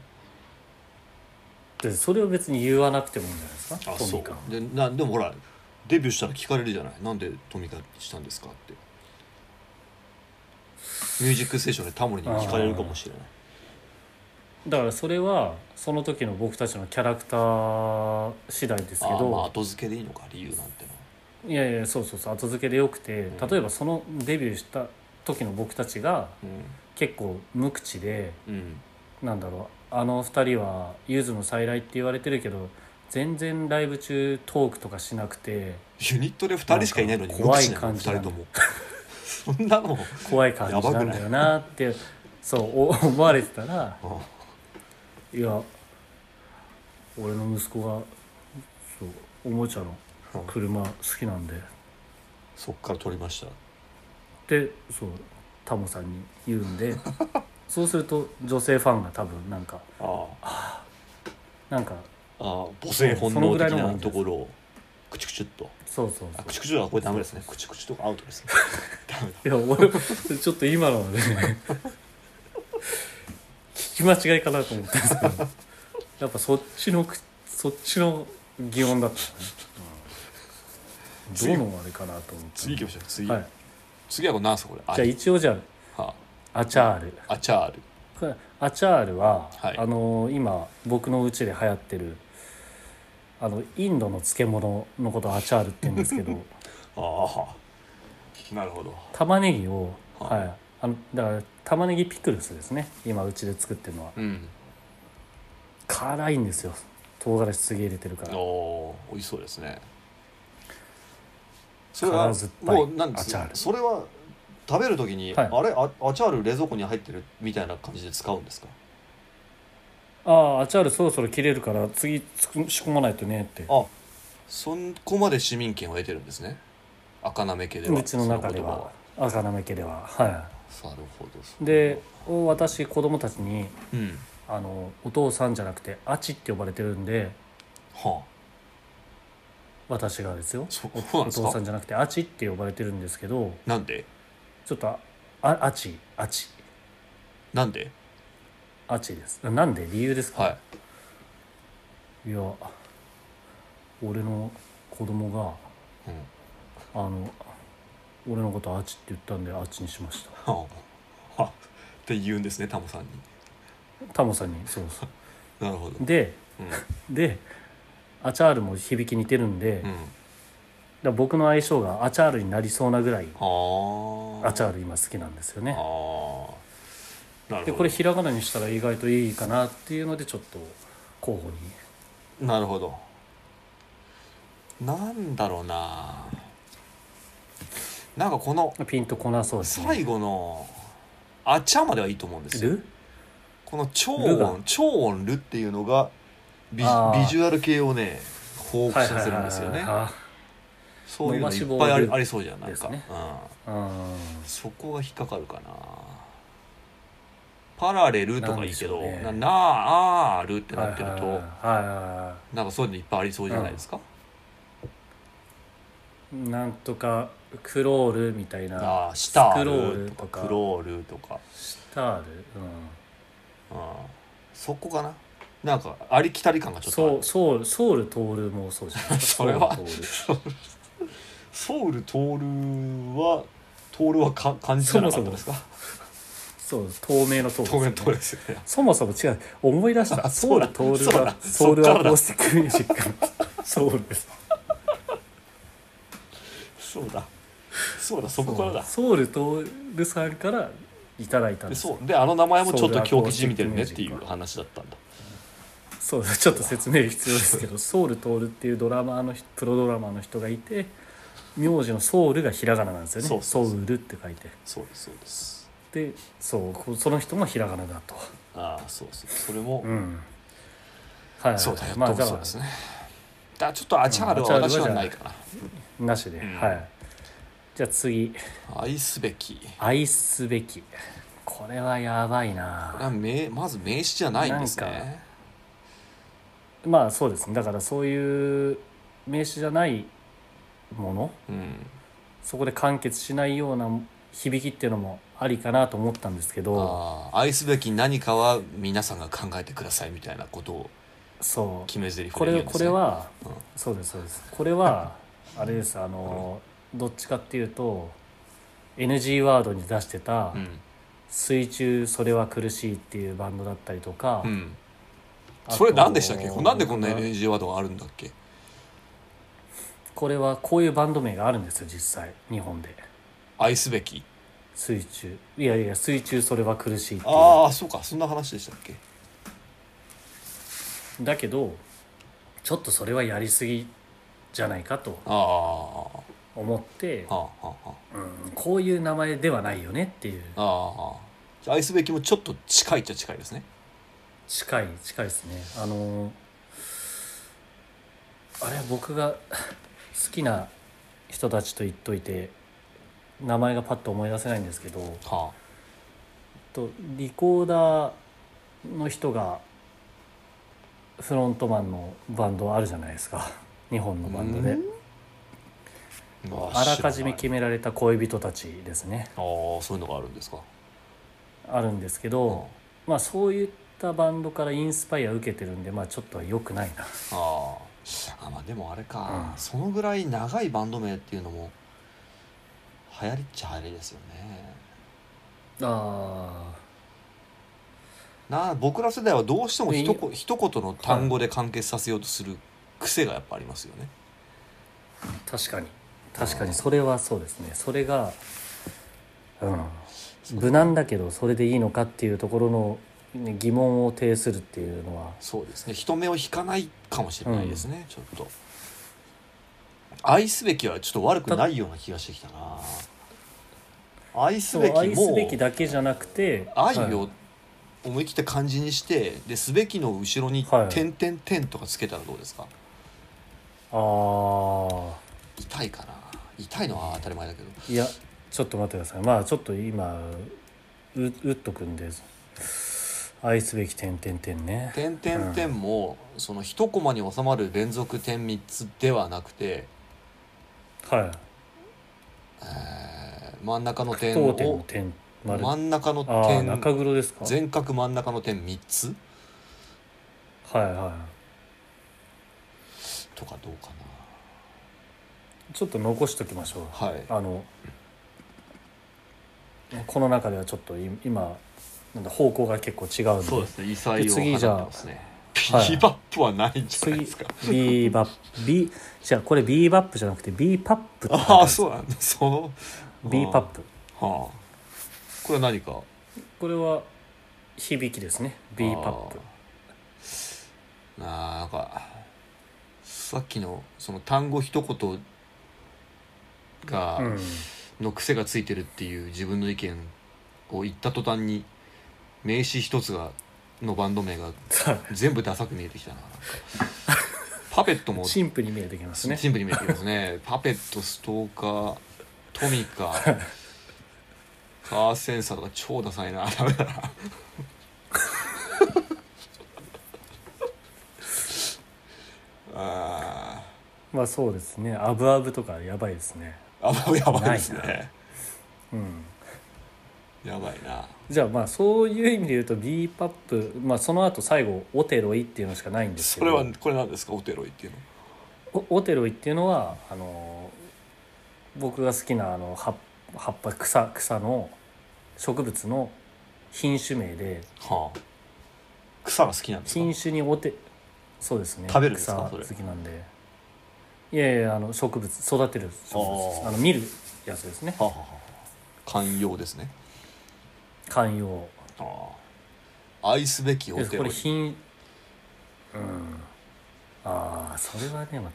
A: でそれを別に言わなくてもいいんじゃないですか
B: あ
A: ト
B: そ
A: ミカ
B: うでなでもほらデビューしたら聞かれるじゃないなんでトミカしたんですかってミュージックステーションでタモリにも聞かれるかもしれない
A: だからそれはその時の僕たちのキャラクター次第ですけ
B: ああ
A: ど
B: まあ後付けでいいのか理由なんてのはい
A: やいやそうそうそう後付けでよくて、
B: うん
A: 例えばそのデビューした時の僕たちが
B: う
A: 結構無口で
B: ん、うん、
A: なんだろうあの二人はゆずの再来って言われてるけど全然ライブ中トークとかしなくて
B: ユニットで2人しかいないのに
A: なんか怖い
B: 無口なの
A: 感じだね
B: 2人とも
A: [LAUGHS]
B: そんなの
A: 怖い感じなんだよなってそうお思われてたら
B: あ
A: いや俺の息子がそうおもちゃの車好きなんで
B: そっから取りました
A: でそうタモさんに言うんでそうすると女性ファンが多分なんか
B: ああ
A: なんか
B: ああ母性本能的なところをクチュクチュっと
A: そうそう
B: あ
A: そ
B: クチュクチュはこれダメですねクチュクチュとかアウトですねダメだ
A: ういや俺ちょっと今のはね聞き間違いかなと思ったんですけどやっぱそっちのくそっちの擬音だったね、うん、どのあれかなと思って
B: 次行きましょう次、
A: はい、
B: 次はこれ何すかこれ
A: じゃあ
B: あ
A: 一応じゃ
B: は
A: あアチャール
B: あアチャール
A: これアチャールは、
B: はい
A: あの今僕のうちで流行ってるあのインドの漬物のことをアチャールって言うんですけど
B: ああなるほど
A: 玉ねぎを、
B: は
A: はいいあのだから玉ねぎピクルスですね今うちで作ってるのは
B: うん
A: 辛いんですよ唐辛子すげえ入れてるから
B: おおー美味しそうですねそれは
A: 辛酸っぱい
B: もうなんで
A: ア
B: す
A: チャール
B: それは食べるときに、
A: はい
B: あれあアチャール冷蔵庫に入ってるみたいな感じで使うんですか
A: ああアチャールそろそろ切れるから次つく仕込まないとねって
B: あそこまで市民権を得てるんですね赤なめ家では
A: うちの中では赤なめ家ではは
B: その言葉はなるほ
A: い
B: ど
A: で私子供たちに
B: うん
A: あのお父さんじゃなくてアチって呼ばれてるんで
B: は
A: 私がですよ
B: あそうなん
A: お
B: です
A: 父さ
B: か
A: んじゃなくてアチって呼ばれてるんですけど
B: なんで
A: ちょっとああアチアチ
B: なんで
A: アチですなんで理由ですか、、
B: はい
A: や俺の子供が
B: い、うん
A: あの俺のことアチって言ったんでアチにしました
B: はあはあって言うんですねタモさんに
A: タモさんにそうそう
B: なるほ [LAUGHS] ど
A: で
B: うん
A: でアチャールも響き似てるんで、だ
B: う
A: か
B: ん
A: ら僕の相性がアチャールになりそうなぐらい
B: はあ
A: アチャール今好きなんですよね
B: ああなるほ
A: で
B: ど
A: これひらがなにしたら意外といいかなっていうのでちょっと候補に
B: なるほどなんだろうななんかこの
A: ピンとこなそうですね
B: 最後の「あちゃ」まではいいと思うんですよ
A: ル
B: この超
A: ルが
B: 音超音「る」っていうのがビジ
A: あー
B: ビジュアル系をね報復させるんですよね
A: あ
B: そういう
A: 伸ば
B: の
A: し
B: いっ
A: 棒
B: ぱいあり
A: ル
B: ありそうじゃんなんか、
A: ですね
B: うん
A: あ
B: そこが引っかかるかなパラレルとかいいけど
A: なんでしょうね
B: ななあーるってなってると、
A: はいはいは
B: なんかそういうのいっぱいありそうじゃないですか、
A: いはいなんとかクロールみたいな
B: あースタ
A: スクロー
B: ー
A: ル
B: ル
A: と
B: と
A: か
B: かクロールとか、
A: スタール、
B: うん、そこかななんかありきたり感が
A: う
B: ちょ
A: ん、
B: っとあ
A: ソ
B: る
A: ウソウルソウルトールもそうじゃないですか
B: [LAUGHS] それは
A: ソウルトール
B: ソウルトールはトールはか感じじゃなかったですか
A: そう透明のトール
B: 透明
A: です
B: ト
A: よ
B: ール
A: ね
B: ですよね
A: そもそも違う思い出した
B: あ
A: ソウル
B: そ
A: ト
B: うだ
A: ールがソ
B: そう
A: ウルア
B: だそっからだ
A: コースティックミュージックソウルです
B: そうだそうだそこからだ
A: ソウルトールさんからいただいたんで
B: で
A: す
B: そうであの名前もちょっ
A: ソウ
B: と
A: ルアコ
B: 狂
A: ー
B: 気
A: ス
B: じ
A: ティ
B: み
A: ック
B: てる
A: ミュ
B: ね
A: ー
B: っ
A: ジック
B: ていう話だったんだ
A: そうちょっと説明必要ですけどソウルトールっていうドラマーの人プロドラマーの人がいて名字のソウルがひらがななんですよね
B: そうそうそう
A: ソウルって書いて
B: そうですそうです
A: でそうこその人もひらがなだと
B: ああそうそうそれも、
A: うんはい
B: そうだよ、
A: まあ
B: 多分
A: だか
B: そう
A: ら
B: ですねだからちょっとアチャールは
A: うんアチ
B: 私
A: ャールは
B: は
A: じゃあ
B: ないかな
A: なしで、
B: うん
A: はいじゃあ次
B: 愛すべき
A: 愛すべきこれはやばいな
B: これは名まず名詞じゃないんです
A: なん
B: ね
A: まあそうですねだからそういう名詞じゃないもの
B: うん
A: そこで完結しないような響きっていうのもありかなと思ったんですけど
B: ああ愛すべき何かは皆さんが考えてくださいみたいなことを
A: そう
B: 決め台詞で
A: こ
B: 言
A: れ
B: うんで
A: こ
B: すね
A: れは、
B: うん
A: そうですそうですこれはあれですあの、どっちかっていうと NG ワードに出してた
B: うん
A: 「水中それは苦しい」っていうバンドだったりとか、
B: うん
A: あと
B: それ何でしたっけなんでこんな NG ワードがあるんだっけ
A: これはこういうバンド名があるんですよ実際日本で
B: 愛すべき
A: 水中いやいや水中それは苦しいっていう
B: ああそうかそんな話でしたっけ
A: だけどちょっとそれはやりすぎじゃないかと
B: ああは
A: 思って
B: あ、はあは
A: うん、こういう名前ではないよねっていう
B: あああじゃあ愛すべきもちょっと近いっちゃ近いですね
A: 近い近いですねあのーあれ僕が [LAUGHS] 好きな人たちと言っといて名前がパッと思い出せないんですけど
B: は
A: とリコーダーの人がフロントマンのバンドあるじゃないですか [LAUGHS] 日本のバンドで
B: うんあ
A: あらかじめ
B: 知
A: 決められた恋人たちですね
B: らないああそういうのがあるんですか
A: あるんですけど、まあそういったバンドからインスパイア受けてるんでまあちょっとは良くないな
B: あーあまあでもあれか、
A: うん
B: そのぐらい長いバンド名っていうのも流行りっちゃ流行りですよね
A: あ
B: な僕ら世代はどうしても
A: で
B: ひとこ一言の単語で完結させようとする癖がやっぱありますよね、
A: ー確かに確かにそれはそうですねそれが、うん、無難だけどそれでいいのかっていうところのね疑問を呈するっていうのは
B: そうですね人目を引かないかもしれないですね、ちょっと愛すべきはちょっと悪くないような気がしてきたな愛す
A: そ
B: べ
A: う
B: き
A: 愛す
B: も
A: べきだけじゃなくて
B: 愛を思い切った感じにしてですべきの後ろに
A: はい
B: 「点点点」とかつけたらどうですか、
A: あー
B: 痛いかな痛いのは当たり前だけど
A: いやちょっと待ってくださいまあちょっと今ううっとくんで愛すべき点点点ね
B: 「点点点」もその一コマに収まる連続点3つではなくて、
A: はい
B: えー真ん中の点
A: 当点の
B: を
A: 点丸
B: 真ん中の
A: ああ
B: 点
A: 中黒ですか
B: 全角真ん中の点3つ
A: はいは
B: とかどうか
A: いちょっと残しときましょう
B: なはい
A: あのこの中ではちょっとい今なんだ方向が結構違うんで
B: そうですね異彩を
A: 次じゃあ
B: 放ってますね
A: はい
B: ビーバップはないんじゃな
A: 次
B: いですか
A: B バップ B じゃあこれ B バップじゃなくて B パップって書いて
B: あ
A: る
B: あそうなんだその
A: B パップ
B: はあこれは何か
A: これは響きですね B パップ
B: あーあーなんかさっきのその単語一言が、
A: うん
B: の癖がついてるっていう自分の意見を言った途端に名詞一つがのバンド名が
A: さ
B: 全部ダサく見えてきたな
A: [LAUGHS]
B: なんかパペット
A: あ
B: も
A: シンプルに見えてきますね
B: シンプルに見えてきますねパペットストーカートミカカーセンサーとか超ダサいなダメだなあ
A: まあそうですねアブアブとかやばいですね
B: ーあもうやばいです
A: ない
B: ね
A: うん
B: やばいな
A: じゃあまあそういう意味で言うと B パップまあその後最後オテロイっていうのしかないんですけ
B: そ
A: ど
B: れはこれなんですかオテロイっていうの
A: おオテロイっていうのはあの僕が好きなあの葉っ葉っぱ草草の植物の品種名で
B: はあ草が好きなんですか
A: 品種におてそうですね
B: 食べるんですか
A: 草
B: それ
A: 好きなんでいやいやあの植物育てる植物
B: あー
A: あの見るやつですね
B: はあはあはあ寛容ですね
A: 観葉
B: ああ愛すべきオ
A: で
B: テ
A: これ
B: ロイ
A: 品うんああそれはね
B: [LAUGHS]
A: 間違うな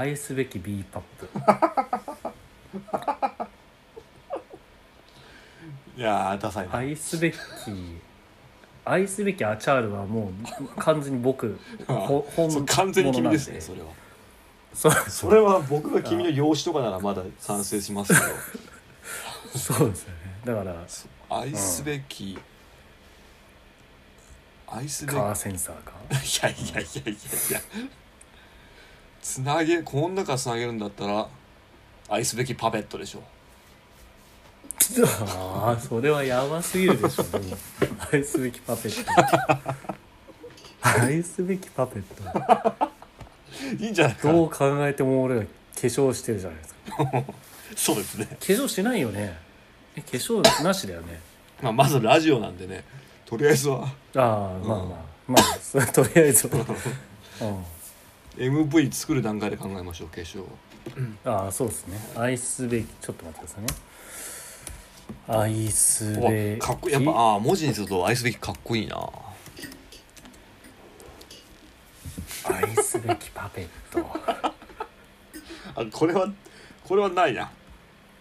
A: 愛すべき B パップ
B: いやーダサいな
A: 愛すべき愛すべきアチャールはもう完全に僕ほ本
B: そ
A: 物
B: う完全に君ですね
A: なん
B: それは
A: そう
B: それは僕が君の容姿とかならまだ賛成しますけど
A: そうですよねだから
B: [LAUGHS] そう愛すべき、愛すべきい
A: カ
B: や
A: ーセンサーか
B: いやいやいやいやつなげこん中つなげるんだったら愛すべきパペットでしょ
A: ああそれはやばすぎるでしょでも愛すべきパペット愛すべきパペッ
B: いいんじゃない
A: ト
B: か
A: ど
B: な
A: う考えても俺ら化粧してるじゃないですか
B: そうですね、
A: 化粧してないよねえ化粧なしだよね
B: まあ、まずラジオなんでねとりあえずは [LAUGHS]
A: ああまあまあまあそれとりあえず、うん、
B: MV 作る段階で考えましょう化粧を
A: ああそうですね愛すべきちょっと待ってくださいね愛すべ
B: うわ
A: き
B: かっこいいやっぱああ文字にすると愛すべきかっこいいな
A: 愛すべきパペット
B: [LAUGHS] あこれはこれはないな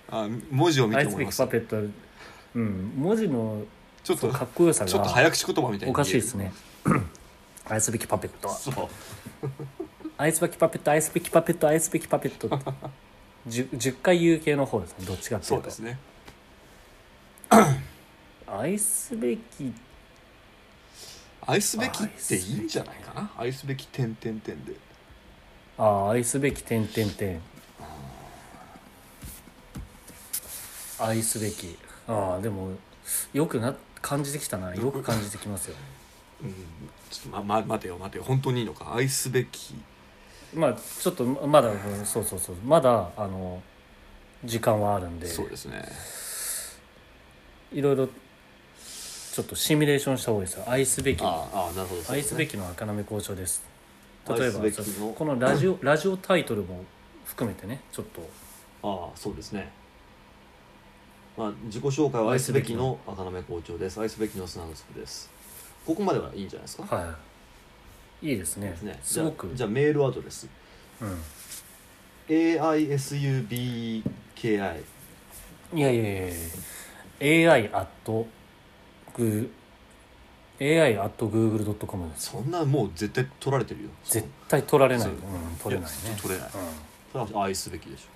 B: あ文字を見て
A: 愛す
B: 思
A: べ
B: いま
A: き
B: す
A: パペットうん文字の
B: ちょっ
A: そう
B: と
A: かっこよさ
B: ちょっと
A: が
B: 早口言葉みたいに見える
A: おかしいですね愛すべきパペット
B: そう
A: 愛すべきパペット愛すべきパペット愛すべきパペット 10, 10回言う系の方ですねどっちかってい
B: そうう
A: と
B: ですね
A: 愛すべき
B: 愛すべきっていいんじゃないかな愛すべき点点点で
A: ああ愛すべき点点点愛すべきああでもよくな感じてきたなよく感じてきますよ [LAUGHS]
B: うんちょっとま、ま、待てよ待てよ本当にいいのか愛すべき
A: まあちょっとまだうんそうそうそうまだあの時間はあるんで
B: そうですね
A: いろいろちょっとシミュレーションした方がいいですよ愛すべき
B: ああああなるほど
A: 愛すべ
B: き
A: きの赤なめ校長です例えば
B: 愛すべきの
A: このラジ
B: [LAUGHS]
A: オラジオタイトルも含めてねちょっと
B: ああそうですねまあ自己紹介は愛すべきの赤なめ校長です愛すべきの砂の粒ですここまではいいんじゃないですか
A: はいいいですね
B: ですね
A: すごく
B: じゃあじゃあメールアドレス
A: うん
B: AISUBKI
A: いやいやいやいや AI アットグ AI アット Google.com です
B: そんなもう絶対取られてるよ
A: 絶対取られない、、
B: そううん
A: 取れない
B: い
A: ね
B: や取れな
A: う
B: い
A: ん
B: それは愛すべきでし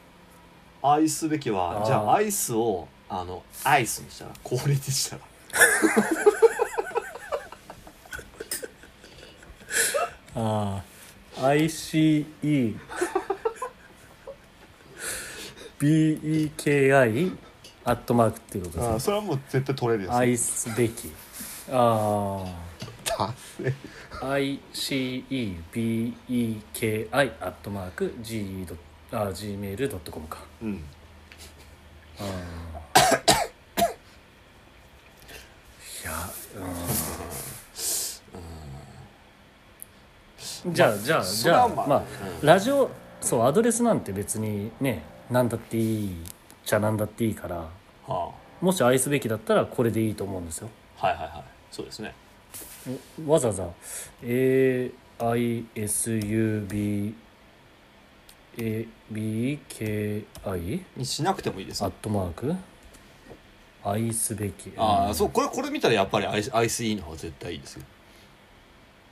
B: ょ愛すべきは
A: あー
B: じゃあアイスをあのアイスにし
A: [LAUGHS]
B: たら氷にしたら
A: ああ ICE BEKI アットマークっていうことですね
B: それはもう絶対取れるや
A: 愛すべきあ
B: つね
A: あ ICEBEKI アットマーク G ドあ Gmail.com か
B: うん
A: ああいやうんじゃあじゃあ
B: そ
A: じ
B: れ
A: ゃ
B: は
A: あ
B: まあ
A: まあラジオそうアドレスなんて別にね何だっていいじゃ何だっていいから
B: は
A: もし愛すべきだったらこれでいいと思うんですよ
B: あはいはいはいそうですね
A: わざわざ AISUBABKI
B: にしなくてもいいです
A: アットマーク愛すべき
B: ああそううこれこれ見たらやっぱりアイスアイスイーの方が絶対いいですよ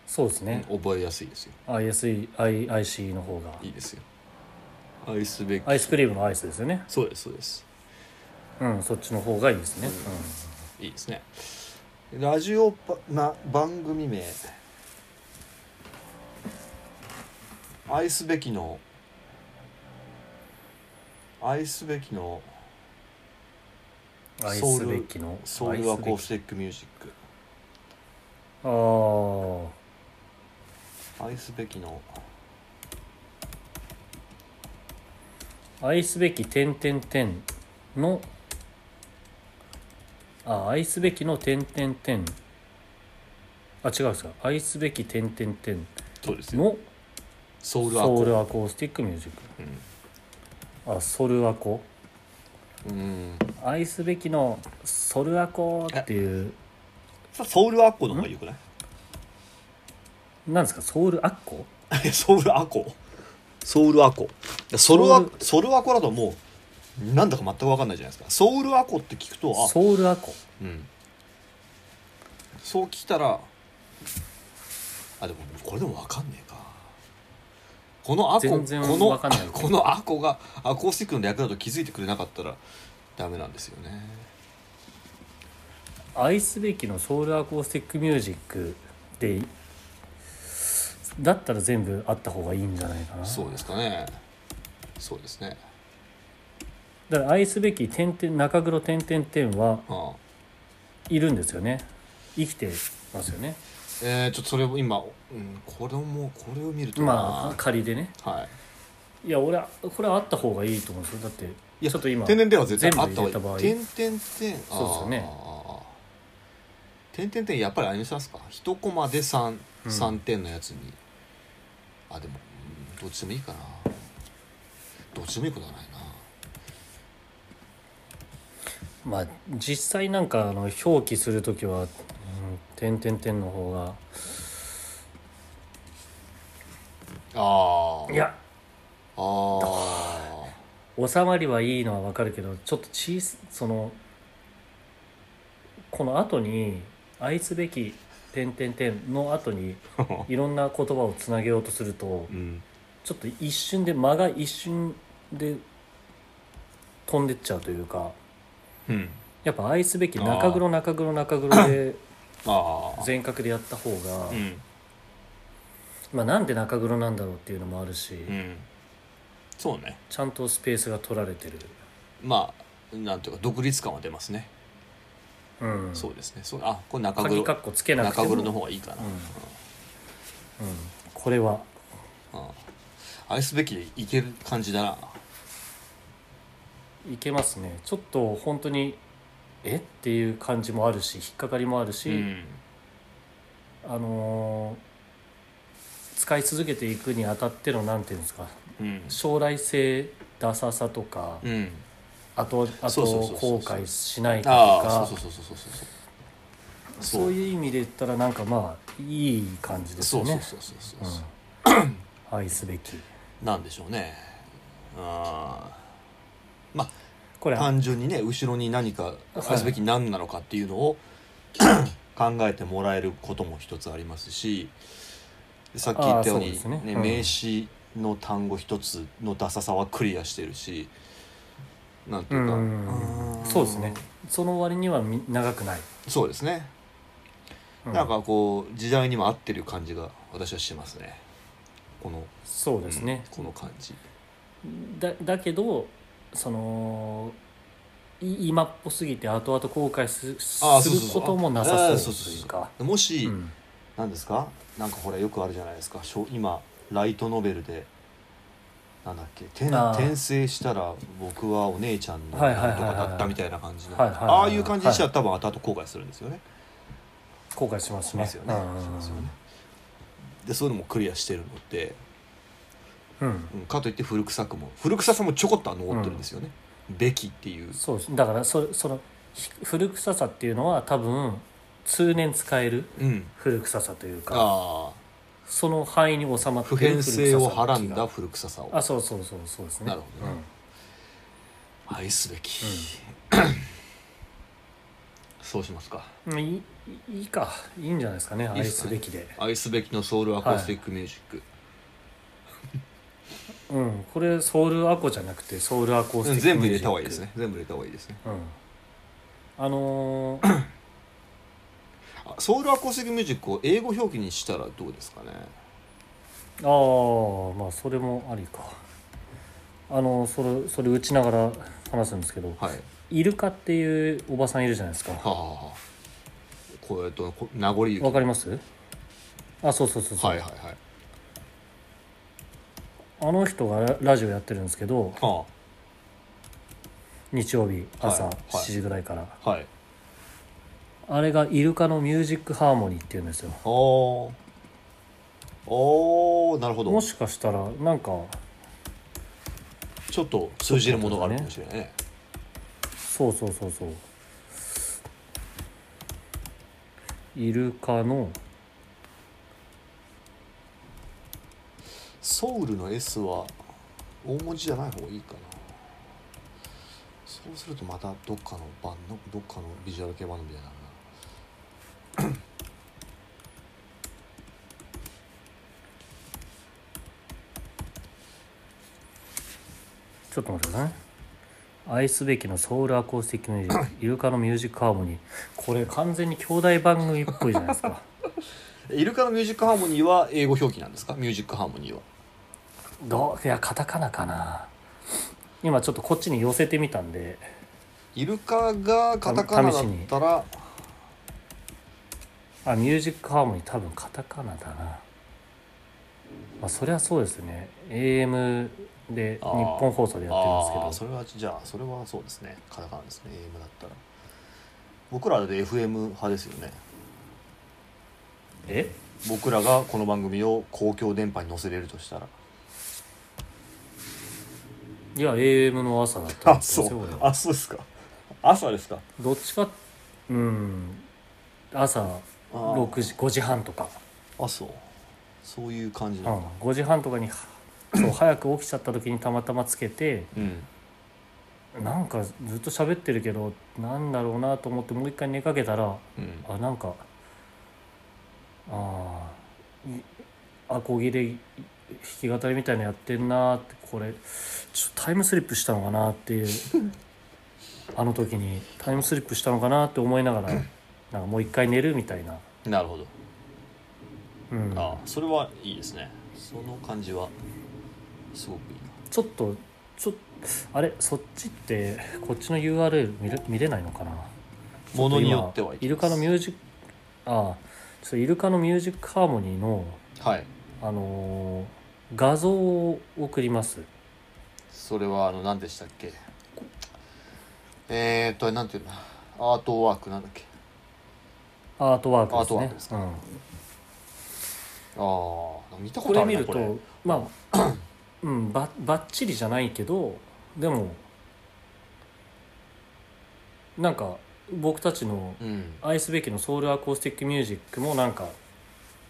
A: そうですね
B: 覚えやすいですよ
A: ISEIC の方が
B: いいですよ愛すべき
A: アイスクリームのアイスですよね
B: そうですそうです
A: うんそっちの方がいいですね、
B: いいですねラジオパな番組名愛すべきの愛すべきの
A: うん、愛
B: ソウ
A: す
B: ル
A: べきの
B: ソウルアコースティックミュージッ
A: ああ
B: ク愛すべきの
A: 愛すべき点点点のあ愛すべきの点点点あ違うんですか愛すべき点点点
B: そうです
A: の
B: ソウルア
A: ソ
B: コ
A: ウルアコースティックミュージック、あソルアコ
B: うん
A: 愛すべきのソルアコっていう
B: ソウルアコの方がよくない
A: なんですかソウルアッコ
B: [LAUGHS] ソウルアコソウルアコソル
A: ソ
B: ア
A: ウル
B: ソルアコだともうなんだか全く分かんないじゃないですかソウルアコって聞くとあ
A: ソウルアコ
B: うんそう聞いたらあでもこれでも分かんねえかこのアコこ
A: 全然わ
B: の
A: かんない
B: [LAUGHS] このアコがアコースティックの略だと気づいてくれなかったらダメなんですよね
A: 愛すべきのソウルアコースティックミュージックでだったら全部あった方がいいんじゃないかな
B: そうですかねそうですね
A: だから愛すべき点々中黒点々点は
B: ああ
A: いるんですよね生きてますよね
B: えー、ちょっとそれを今、うん、これもこれを見るとな
A: まあ仮でね
B: はい
A: いや俺はこれはあった方がいいと思うんですよだって
B: いや
A: ちょっと今
B: 点々点は絶対あっ
A: 全
B: た
A: 部入
B: 方
A: れた場
B: が
A: 合
B: いい点々点あー
A: そうですよね
B: あーあー点々点やっぱりあれにしますか一コマで三
A: うん
B: 三点のやつにあでもうんどっちでもいいかなどっちでもいいことはない
A: まあ実際なんかあの表記する時は、うん、点々点の方が
B: なあー
A: いや
B: あー
A: 収まりはいいのはわかるけどちょっと小さそのこの後に愛すべき点々点の後
B: [LAUGHS]
A: にいろんな言葉をつなげようとすると
B: うん
A: ちょっと一瞬で間が一瞬で飛んでっちゃうというか
B: うん
A: やっぱ愛すべき中黒中黒中黒で
B: ああ
A: 全角でやった方が、
B: うん
A: まあ、なんで中黒なんだろうっていうのもあるし、
B: うんそうね
A: ちゃんとスペースが取られてる、
B: まあなんていうか独立感は出ますね
A: うん、
B: そうですねそうあこれ中
A: 鍵
B: 黒
A: カッコつけなくて
B: 中
A: も
B: 黒の方がいいかな
A: うんこれは
B: 愛すべきでいける感じだない
A: けますねちょっと本当にえっていう感じもあるし引っかかりもあるし、あのー使い続けていくにあたってのなんていうんですか
B: うん
A: 将来性ダサさとか、
B: うん
A: あとあと
B: そうそうそうそ
A: 後
B: う
A: 悔しないかと
B: ああ
A: か
B: そうそうそうそうそうそうそう
A: そういう意味で言ったらなんかまあいい感じです
B: そ
A: よ
B: うそう
A: ね
B: そうそうそうそ
A: うん [COUGHS] 愛すべき
B: うなんでしょうねあーまあ
A: これ
B: 単純にね後ろに何か
A: はい [CLEARS THROAT]
B: 愛すべき何なのかっていうのを考えてもらえることも一つありますしさっき言ったよう
A: あーそうで
B: に
A: すね
B: ね
A: うん
B: 名詞の単語一つのダサさはクリアしてるしなんていうか
A: うん
B: うーん
A: そうですねその割にはみ長くない、
B: そうですね
A: う
B: なんかこう時代にも合ってる感じが私はしますねこの
A: そうですね、
B: うんこの感じ
A: だだけどそのい今っぽすぎて後々後悔す
B: あー
A: することもな
B: あ
A: さ
B: ー
A: そう
B: そう
A: と
B: そう
A: い
B: そう
A: か
B: うもし、
A: うん
B: なんですかなんかほらよくあるじゃないですかしょ今ライトノベルでなんだっけ転
A: あー
B: 転生したら僕はお姉ちゃんの
A: は
B: ないんと
A: はいはいはい
B: かだったみたいな感じの
A: はいはいはいはい
B: ああいう感じにしたら多分後々後悔するんですよね。
A: 後悔します
B: し
A: ね
B: ますよね。しますよねでそういうのもクリアしてるので、
A: うんうん
B: うんかといって古臭くも古臭さもちょこっとは残ってるんですよね。べきっていう
A: そうですだからそそのひ古臭さっていうのは多分通年使える
B: うん、
A: 古臭さというか
B: ああ
A: その範囲に収まって
B: 普
A: る
B: 遍
A: 古臭さ
B: 性を
A: って気が
B: はらんだ古臭さを
A: あそうそうそうそうですね
B: なるほどね愛すべき、 [COUGHS] そうしますか
A: うん、いいいいかいいんじゃないですかね
B: いいっ
A: 愛
B: す
A: す
B: ね
A: べきで
B: 愛すべきのソウルアコースティックミュージック、
A: うんこれソウルアコじゃなくてソウルアコースティッ
B: うん
A: ク
B: 全部入れた方がいいです
A: ミュージック
B: ね全部入れた方がいいですね
A: うん、あのー
B: あソウルアコースティックミュージックを英語表記にしたらどうですかね
A: ああまあそれもありかあのそれそれ打ちながら話すんですけど、
B: はい
A: イルカっていうおばさんいるじゃないですか
B: はあ、はあはあ、こうえっとこ名残雪
A: わかりますあそうそうそうそう、
B: はいはいはい
A: あの人がララジオやってるんですけど
B: は
A: 日曜日朝
B: はいはい
A: 7時ぐらいから、
B: あはい
A: あれがイルカのミュージックハーモニーっていうんですよ
B: おーおーなるほど
A: もしかしたらなんか
B: ちょっと通じるものがあるかもしれないね
A: そうそうそうそうイルカの
B: ソウルの S は大文字じゃない方がいいかなそうするとまたどっかのバンドどっかのビジュアル系バンドみたいになる
A: ちょっと待ってくださいね愛すべきのソウルアコースティックミュージッ [COUGHS] クイルカのミュージックハーモニーこれ完全に兄弟番組っぽいじゃないですか
B: なイルカのミュージックハーモニーは英語表記なんですかミュージックハーモニーは
A: [LAUGHS] どういやカタカナかな今ちょっとこっちに寄せてみたんで
B: イルカがカタカナだったら
A: あミュージックハーモニー多分カタカナだなまあそりゃそうですね AM で日
B: あー
A: 本放送でやってるん
B: あー
A: です
B: そ
A: けど
B: れはじゃあそれはそうですねカタカナですね AM だったら僕らで FM 派ですよね
A: え
B: 僕らがこの番組を公共電波に載せれるとしたら
A: いや AM の朝だったんですよ俺は
B: そうですか朝ですか
A: どっちかうん朝
B: あー
A: 6時5時半とか、
B: あそうそういう感じ
A: う
B: なん
A: ん
B: だ、、
A: 5時半とかにそう早く起きちゃった時にたまたまつけて
B: うん、
A: なんかずっと喋ってるけどなんだろうなと思ってもう一回寝かけたら
B: うん、
A: あなんかあーいアコギでい弾き語りみたいなのやってんなーってこれちょっとタイムスリップしたのかなっていうあの時にタイムスリップしたのかなって思いながらなんかもう一回寝るみたいな、
B: なるほど
A: うん、
B: あそれはいいですねその感じはすごくいい
A: ちょっとちょっあれそっちってこっちの URL 見れ見れないのかな
B: なものによってはい
A: 今イルカのミュージックああちょっとイルカのミュージックハーモニーの
B: はい
A: あのー画像を送ります
B: それはあの何でしたっけえー、っとなんていうのアートワークなんだっけ
A: アートワークです
B: アートワー
A: ね
B: クです
A: うん、
B: ああ見たこ
A: こと
B: あ
A: れ
B: る
A: 見る
B: な
A: とまあ [COUGHS] うんばばっちりじゃないけどでもなんか僕たちの
B: うん
A: 愛すべきのソウルアコースティックミュージックもなんか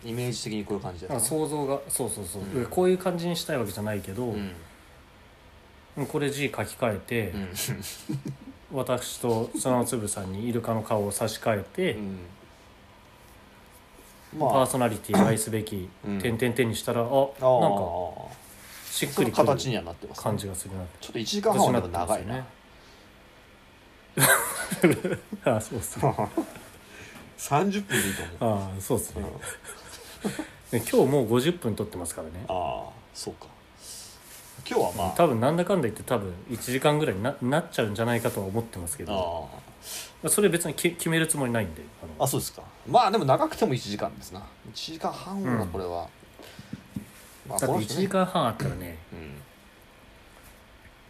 B: イメージ的にこういう感じだ
A: なんか想像がそうそうそう、
B: うん
A: こういう感じにしたいわけじゃないけど、
B: うん
A: これ字書き換えて
B: う、ん
A: 私と砂の粒さんにイルカの顔を差し替えて、
B: うんまあ
A: パーソナリティを愛すべき「
B: うん
A: 点々点」にしたらあ
B: あー
A: なんかしっ
B: そ
A: く
B: の
A: りく
B: 形に
A: る
B: はなってます、
A: 感じがするな
B: ちょっと1時間半はでも長いな
A: [LAUGHS] あそうっすね
B: 30分でいいと思う
A: ああそうっすね
B: うん
A: [LAUGHS] ね今日もう50分撮ってますからね
B: ああそうか今日はまあ
A: 多分なんだかんだ言って多分1時間ぐらいにななっちゃうんじゃないかとは思ってますけど
B: あ
A: まあそれ別にき決めるつもりないんであ
B: あ
A: の
B: あそうですかまあでも長くても1時間ですな1時間半
A: う
B: は
A: ん
B: これは、ま
A: だ
B: あ
A: って
B: この
A: 1
B: 人
A: 時
B: ね
A: 間半あったらね
B: うん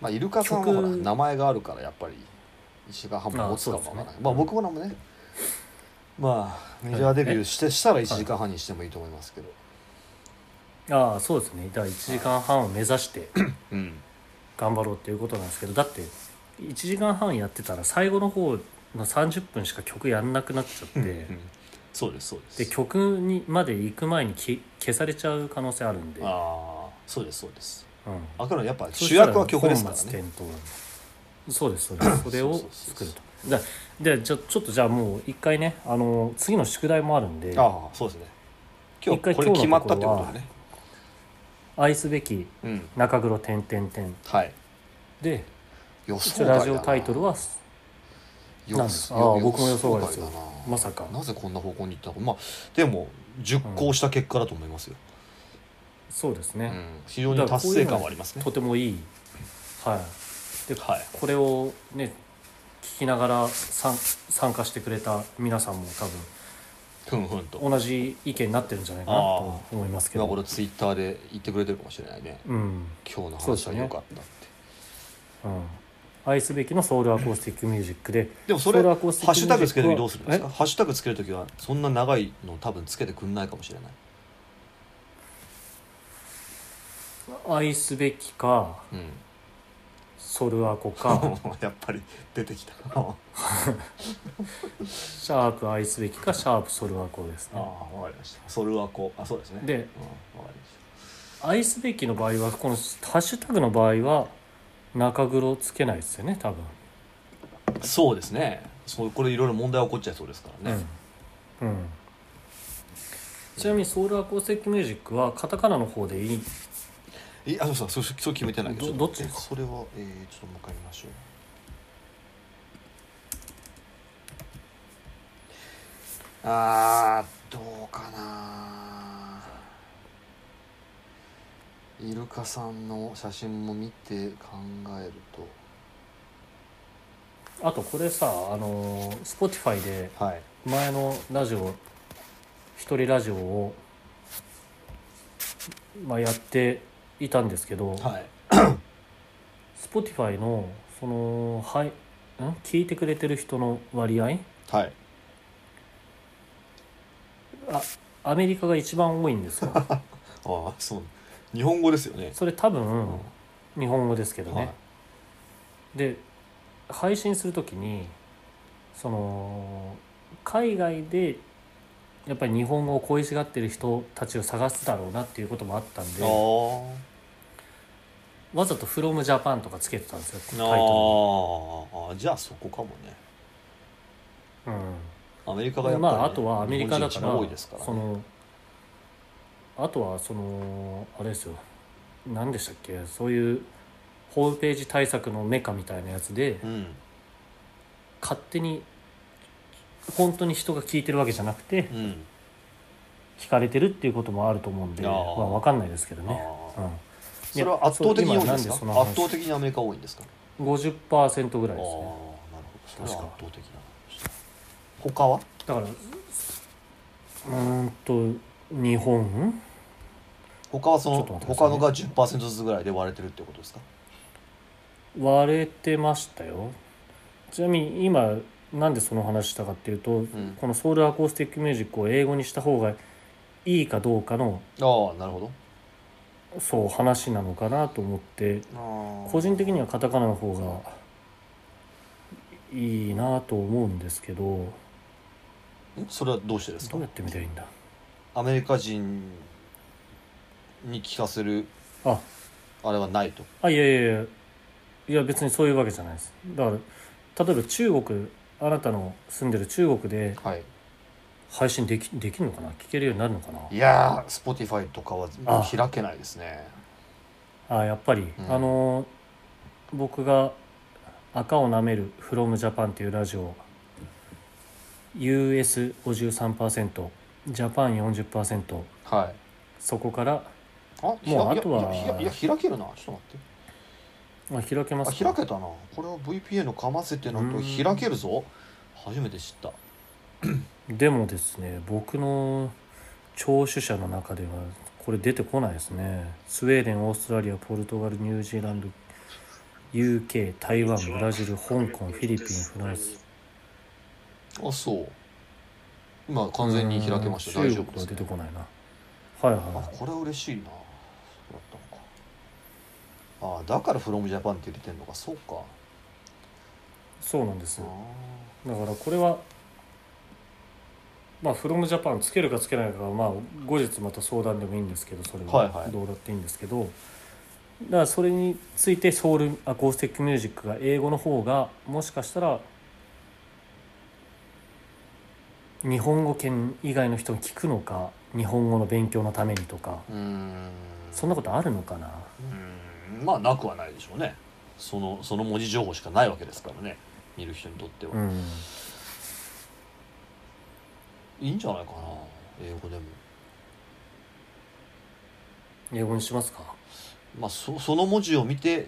B: まあイルカさんは
A: 曲
B: ほら名前があるからやっぱり1時間半も持つかもわから
A: あそうで
B: ない、
A: すね
B: まあ僕もなんもねまあメジャーデビューしてしたら1時間半にしてもいいと思いますけど、
A: ああそうですねだから1時間半を目指して
B: うん
A: 頑張ろうっていうことなんですけどだって1時間半やってたら最後の方の30分しか曲やんなくなっちゃって、
B: うんそうですそうで
A: で
B: す
A: 曲にまで行く前にき消されちゃう可能性あるんで、うん、
B: ああそうですそうです
A: そ
B: あくまでやっぱ
A: した
B: 主役は曲
A: 本
B: ですから
A: 末
B: ね
A: 転倒そうですそうですそれを
B: そうそう
A: 作
B: そう
A: る
B: そ
A: とだでじゃあちょっとじゃあもう一回ねあの次の宿題もあるんで
B: ああそうですね今
A: 一回
B: 日これ
A: 今
B: 決
A: 日
B: ま
A: の
B: ったってことだ
A: ところは
B: ね
A: 愛すべき
B: うん
A: 中黒点点点
B: はい
A: で
B: 予
A: 一
B: 想
A: 応ラ
B: 外だな
A: ジオタイトルは
B: よ
A: なんですああ
B: よ
A: 僕も予想外ですよ
B: 予想外だな
A: まさか
B: なぜこんな方向に行ったのかまあでも熟考した結果だと思いますよ、
A: そうです
B: うん
A: ね、
B: 非常に達成感はありますね
A: とてもいいはいで
B: はい
A: これをね聞きながら参参加してくれた皆さんも多分
B: ふんふんと
A: 同じ意見になってるんじゃないかなと思いますけ
B: 今
A: ど
B: 頃ツイッターで言ってくれてるかもしれないね
A: うん、うん、
B: 今日の
A: そうで
B: 話
A: す
B: は
A: ね
B: 良かったって
A: 愛すべきのソウルアコースティックミュージックで
B: でもそれ
A: ソウル
B: ハ
A: アコースティック
B: ッシュタグつけるときどうするんですか
A: え
B: ハッシュタグつけるときはそんな長いの多分つけてくんないかもしれない、
A: 愛すべきか
B: うん、
A: ソウルアコ
B: [LAUGHS]
A: か
B: やっぱり出てきた
A: シャープ愛すべきかシャープソウルアコです
B: ああ
A: ね
B: わかりましたそれはこうあそうですね
A: で
B: うん、わかりまし
A: 愛すべきの場合はこのハッシュタグの場合は中黒つけないですよね多分
B: たそうですねそうこれいろいろ問題起こっちゃいそうですからね、
A: うんうんちなみにソウルアコースティックミュージックはカタカナの方でいい
B: えあそうそうそうそうそう決めてないけど
A: ど
B: ょと
A: どっちですか
B: それはえー、ちょっともう一回見ましょうあーどうかなイルカさんの写真も見て考える
A: あとこれさあの Spotify で
B: とはい
A: 前のラジオ一人ラジオを、まあ、やっていたんですけど
B: はい
A: Spotify のそのはいん聞いてくれてる人の割合
B: はい
A: あアメリカが一番多いんです
B: [LAUGHS]
A: よ
B: ああそう日本語ですよね
A: それ多
B: う
A: 分
B: ん
A: 日本語ですけどね、
B: はい
A: で配信する時にその海外でやっぱり日本語を恋しがってる人たちを探すだろうなっていうこともあったんで
B: あー
A: わざと「fromjapan」とかつけてたんですよタイ
B: あ
A: ト
B: ーあーじゃあそこかもね
A: ルに、うん
B: アメリカがやっぱ
A: ま
B: り、ね
A: ああとはアメリカだ
B: 日
A: か
B: 本人一
A: ら
B: 番多いですから、ね、
A: そのあとはそのあれですよ何でしたっけそういうホームページ対策のメカみたいなやつで
B: うん
A: 勝手に本当に人が聞いてるわけじゃなくて
B: うん
A: 聞かれてるっていうこともあると思うんで
B: あ
A: ま
B: ー
A: あ分かんないですけどね、
B: あ
A: う
B: ー
A: ん、
B: それは圧倒的に多いん
A: いやそう今な
B: ですか
A: んで
B: 圧
A: その話
B: 倒的にアメリカ多いんですか
A: 50%ぐ
B: あ
A: ら
B: あ
A: い
B: ーなる
A: ですね
B: ほどそれは圧
A: 確か
B: 倒的な他は
A: だからうーんと日本
B: 他はそ
A: ちょ
B: の、
A: っと待ってくだ
B: 他
A: さい
B: の
A: ね
B: が10%ずつぐらいで割れてるってことですか
A: 割れてましたよちなみに今なんでその話したかっていうと、
B: ん
A: このソウルアコースティックミュージックを英語にした方がいいかどうかの
B: ああなるほど
A: そう話なのかなと思って個人的にはカタカナの方がいいなと思うんですけど
B: んそれはどうしてですか
A: どうやって見たらいいんだ
B: アメリカ人に聞かせる
A: あ
B: あれはないと
A: あいやいやいやいや別にそういうわけじゃないですだから例えば中国あなたの住んでる中国で
B: はい
A: 配信できできるのかな聞けるようになるのかない
B: やー Spotify とかは
A: あ
B: 開けないですね
A: あやっぱり、
B: うん
A: あのー僕が「赤をなめる from Japan」っていうラジオ US53% ジャパン40%
B: はい
A: そこから
B: あも
A: もうあとはい
B: やいやいや開けるなちょっと
A: あ開けま
B: 待っ
A: す
B: てあ開けたなこれは VPN かませてのと
A: うん
B: 開けるぞ初めて知った
A: でもですね僕の聴取者の中ではこれ出てこないですねスウェーデンオーストラリアポルトガルニュージーランド UK 台湾ブラジル香港フィリピンフランス
B: あそう今完全に開けました
A: うん
B: 大
A: 中
B: 丈
A: 国
B: 夫
A: は
B: です、
A: 出
B: ね
A: て、こないなはい
B: あ
A: は
B: これは嬉しいなそうだったのかあだから「FromJapan」って入れてんのかそう
A: い
B: か
A: そうなんです
B: あ
A: だからこれはまあ「フロムジャパンつけるかつけないかはまあ後日また相談でもいいんですけどそれ
B: はいは
A: はいどうだっていいんですけど、だからそれについてソウルアコースティックミュージックが英語の方がもしかしたら日本語圏以外の人に聞くのか日本語の勉強のためにとか
B: ーうーん
A: そんなことあるのかな
B: うーんまあなくはないでしょうねそのその文字情報しかないわけですからね見る人にとっては、
A: うん
B: いいんじゃないかな英語でも
A: 英語にしますか
B: まあそその文字を見て